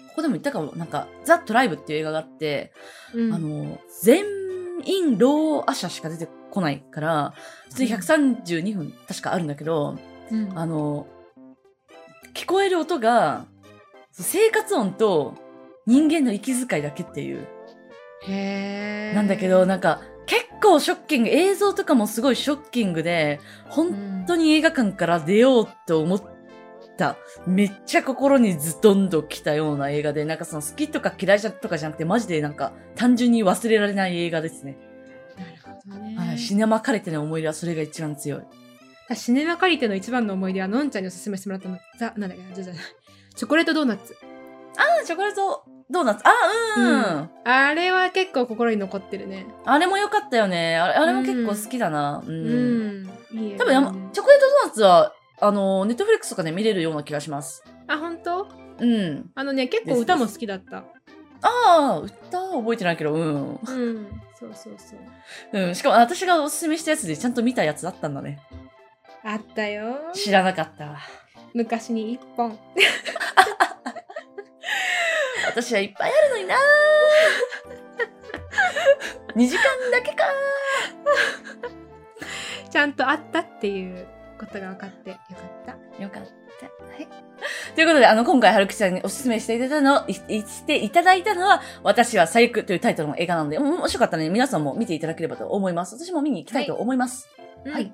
Speaker 1: ここでも言ったかも、なんか、ザ・トライブっていう映画があって、
Speaker 2: うん。
Speaker 1: あの、全員ローアシャしか出てこないから、普通に132分確かあるんだけど、
Speaker 2: うん、
Speaker 1: あの、聞こえる音が、そう生活音と人間の息遣いだけっていう、
Speaker 2: へー
Speaker 1: なんだけど、、なんか、結構ショッキング、映像とかもすごいショッキングで、本
Speaker 2: 本
Speaker 1: 当に映画館から出ようと思った、めっちゃ心にズドンと来たような映画で、なんかその好きとか嫌いじゃとかじゃなくて、マジでなんか単純に忘れられない映画ですね。
Speaker 2: なるほどね。
Speaker 1: はい、シネマカレテの思い出はそれが一番強い。
Speaker 2: あシネマ借りての一番の思い出は、のんちゃんにおすすめしてもらったの、ザ、なんだっけ、じゃじゃじゃチョコレートドーナツ。
Speaker 1: チョコレートドーナツ、あ、うん、うん、
Speaker 2: あれは結構心に残ってるね。
Speaker 1: あれも良かったよね。あれあれも結構好きだな。うん。
Speaker 2: うん。いい映
Speaker 1: 多分
Speaker 2: 画だ
Speaker 1: や
Speaker 2: ね
Speaker 1: ま、チョコレートドーナツは、あの、ネットフリックスとかで見れるような気がします。
Speaker 2: あ、本当
Speaker 1: うん。
Speaker 2: あのね、結構歌も好きだった。
Speaker 1: ああ、歌は覚えてないけど、うん。
Speaker 2: うん。そうそうそう。
Speaker 1: うん。しかも私がおすすめしたやつでちゃんと見たやつだったんだね。
Speaker 2: あったよ。
Speaker 1: 知らなかったわ。
Speaker 2: 昔に一本。
Speaker 1: 私はいっぱいあるのにな2時間だけか
Speaker 2: ちゃんとあったっていうことが分かってよかった。
Speaker 1: よかった。はい。ということで、あの、今回、春樹さんにおすすめしていただいたの、い、いしていただいたのは、私は最悪というタイトルの映画なので、うん面白かったので、皆さんも見ていただければと思います。私も見に行きたいと思います。
Speaker 2: うん
Speaker 1: はい。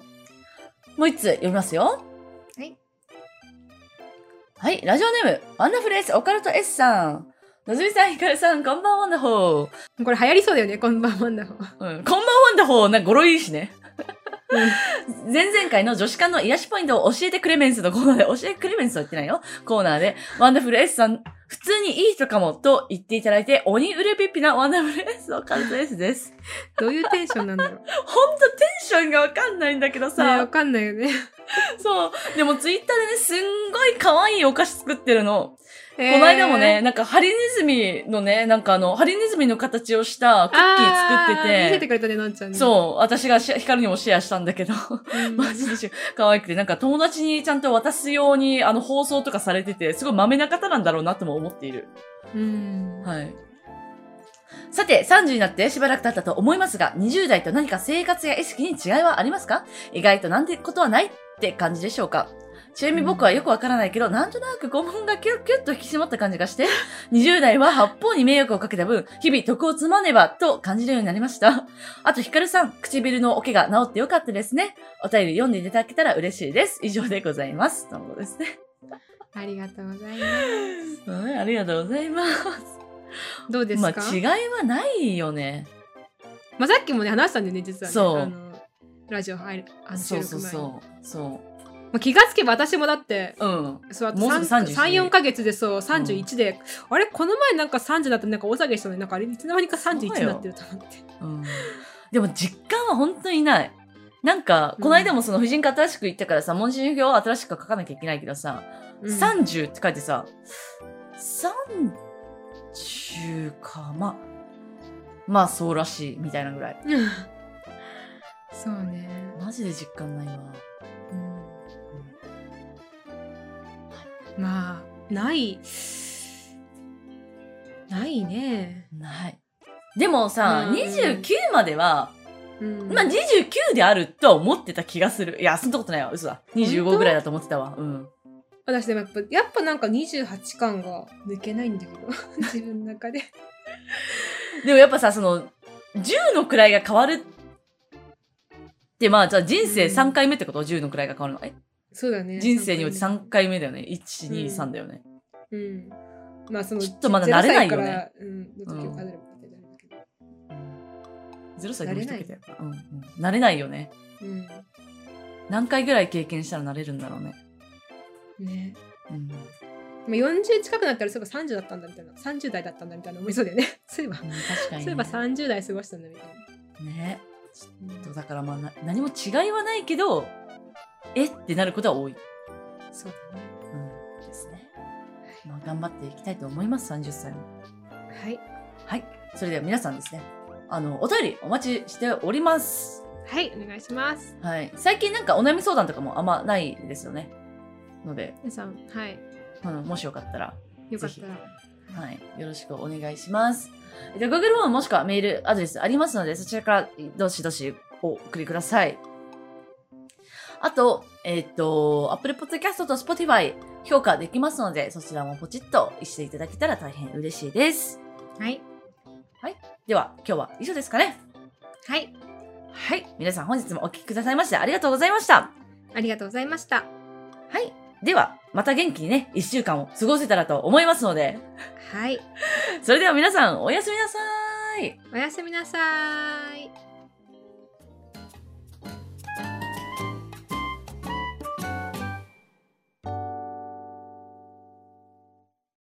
Speaker 1: もう一つ読みますよ。
Speaker 2: はい。
Speaker 1: はい、ラジオネーム、ワンダフル S オカルト S さん。のぞみさん、ひかるさん、こんばんワンダホー。
Speaker 2: これ流行りそうだよね、こんばんはんだほう。
Speaker 1: うん、こんばんワンダホー。なんか語呂いいしね。前々回の女子間の癒しポイントを教えてクレメンスのコーナーで、教えてクレメンスは言ってないよ。コーナーで、ワンダフル S さん、普通にいい人かもと言っていただいて、鬼うれぴっぴなワンダフル S のカルト S です。
Speaker 2: どういうテンションなんだ ろう。ね、
Speaker 1: ほんとテンションがわかんないんだけど
Speaker 2: わ
Speaker 1: さ、
Speaker 2: かんないよね。
Speaker 1: そう。でもツイッターでね、すんごい可愛いお菓子作ってるの。 この間もね、
Speaker 2: えー、
Speaker 1: なんかハリネズミのね、なんかあの、ハリネズミの形をしたクッキー作っ
Speaker 2: あー見
Speaker 1: て
Speaker 2: せ
Speaker 1: て
Speaker 2: て、くれたね、のんちゃんね。
Speaker 1: そう、私がシェヒカルにもシェアしたんだけど、
Speaker 2: うん。
Speaker 1: マジでし可愛くて、なんか友達にちゃんと渡すように、あの、放送とかされてて、すごい豆な方なんだろうなとも思っている。
Speaker 2: うん。
Speaker 1: はい。さて、30になってしばらく経ったと思いますが、20代と何か生活や意識に違いはありますか意外となんてことはないって感じでしょうかちなみに僕はよくわからないけど、なんとなく肛門がキュッキュッと引き締まった感じがして、20代は八方に迷惑をかけた分、日々徳を積まねばと感じるようになりました。あと、ヒカルさん、唇のオケが治ってよかったですね。お便り読んでいただけたら嬉しいです。以上でございます。とのことですね。
Speaker 2: ありがとうございます。
Speaker 1: はい、ありがとうございます。
Speaker 2: どうです
Speaker 1: ま
Speaker 2: か、
Speaker 1: あ、違いはないよね。
Speaker 2: まあさっきもね、話したんだよね、実は、ね。
Speaker 1: そう
Speaker 2: あのラジオ入る、あの収
Speaker 1: そう
Speaker 2: 録
Speaker 1: そう
Speaker 2: 前に。
Speaker 1: そう。そ
Speaker 2: まあ、気がつけば私もだって、
Speaker 1: う。うん。
Speaker 2: そうあと
Speaker 1: もうすぐ
Speaker 2: 3
Speaker 1: 31
Speaker 2: 4ヶ月でそう31で、あれこの前なんか30だったなんか大下げしたのになんかあれいつの間にか31になってると思って
Speaker 1: うん、でも実感は本当にない。なんか、この間もその婦人科新しく行ったからさ、問診票を新しく書かなきゃいけないけどさ、
Speaker 2: うん
Speaker 1: 30って書いてさ、30か、まあ、まあそうらしい、みたいなぐらい。
Speaker 2: うん そうね、
Speaker 1: マジで実感ないわ。
Speaker 2: うんまあないないね、
Speaker 1: ない。でもさ、
Speaker 2: うん
Speaker 1: 29までは、
Speaker 2: うん
Speaker 1: まあ29であるとは思ってた気がする。いや、そんなことないわ、嘘だ。25ぐらいだと思ってたわ。うん。
Speaker 2: 私でもやっぱ、やっぱなんか28巻が抜けないんだけど、 自分の中で。
Speaker 1: でもやっぱさ、その、10の位が変わるって、まあ、じゃあ人生
Speaker 2: うん
Speaker 1: 3回目ってこと ?10 の位が変わるの。え
Speaker 2: そうだね。
Speaker 1: 人生において
Speaker 2: 三
Speaker 1: 3回目だよね。1、2、3だよね。
Speaker 2: うん。まあその、
Speaker 1: ちょっとまだ慣れないよね
Speaker 2: 0歳から。うん。の時を数えるみたいになるけど。
Speaker 1: 0歳でも一桁やから。うん、うん。慣れないよね。
Speaker 2: う
Speaker 1: 何回ぐらい経験したら慣れるんだろうね。
Speaker 2: ん。ね。
Speaker 1: うん。
Speaker 2: まあ40近くなったらそういえば30だったんだみたいな。30代だったんだみたいな思いそうだよね。 そういえば。
Speaker 1: 確かに、ね。
Speaker 2: そういえば30代過ごしたんだみたいな。
Speaker 1: ね。
Speaker 2: うん
Speaker 1: だからまあな、何も違いはないけど、えってなることは多い。
Speaker 2: そうだね。
Speaker 1: うん。ですね。まあ、頑張っていきたいと思います、30歳も。
Speaker 2: はい。
Speaker 1: はい。それでは皆さんですね、あの、お便りお待ちしております。
Speaker 2: はい、お願いします。
Speaker 1: はい。最近なんかお悩み相談とかもあんまないですよね。ので、
Speaker 2: 皆さん、はい。
Speaker 1: あのもしよかったら、
Speaker 2: よかったら。
Speaker 1: はい。よろしくお願いします。で、Google フォームもしくはメールアドレスありますので、そちらからどしどしお送りください。あと、えっ、と、Apple Podcast と Spotify 評価できますので、そちらもポチッとしていただけたら大変嬉しいです。
Speaker 2: はい。
Speaker 1: では、今日は以上ですかね。
Speaker 2: はい。
Speaker 1: はい。皆さん本日もお聞きくださいましてありがとうございました。
Speaker 2: ありがとうございました。
Speaker 1: はい。では、また元気にね、一週間を過ごせたらと思いますので、
Speaker 2: はい。
Speaker 1: それでは皆さん、おやすみなさーい。
Speaker 2: おやすみなさーい。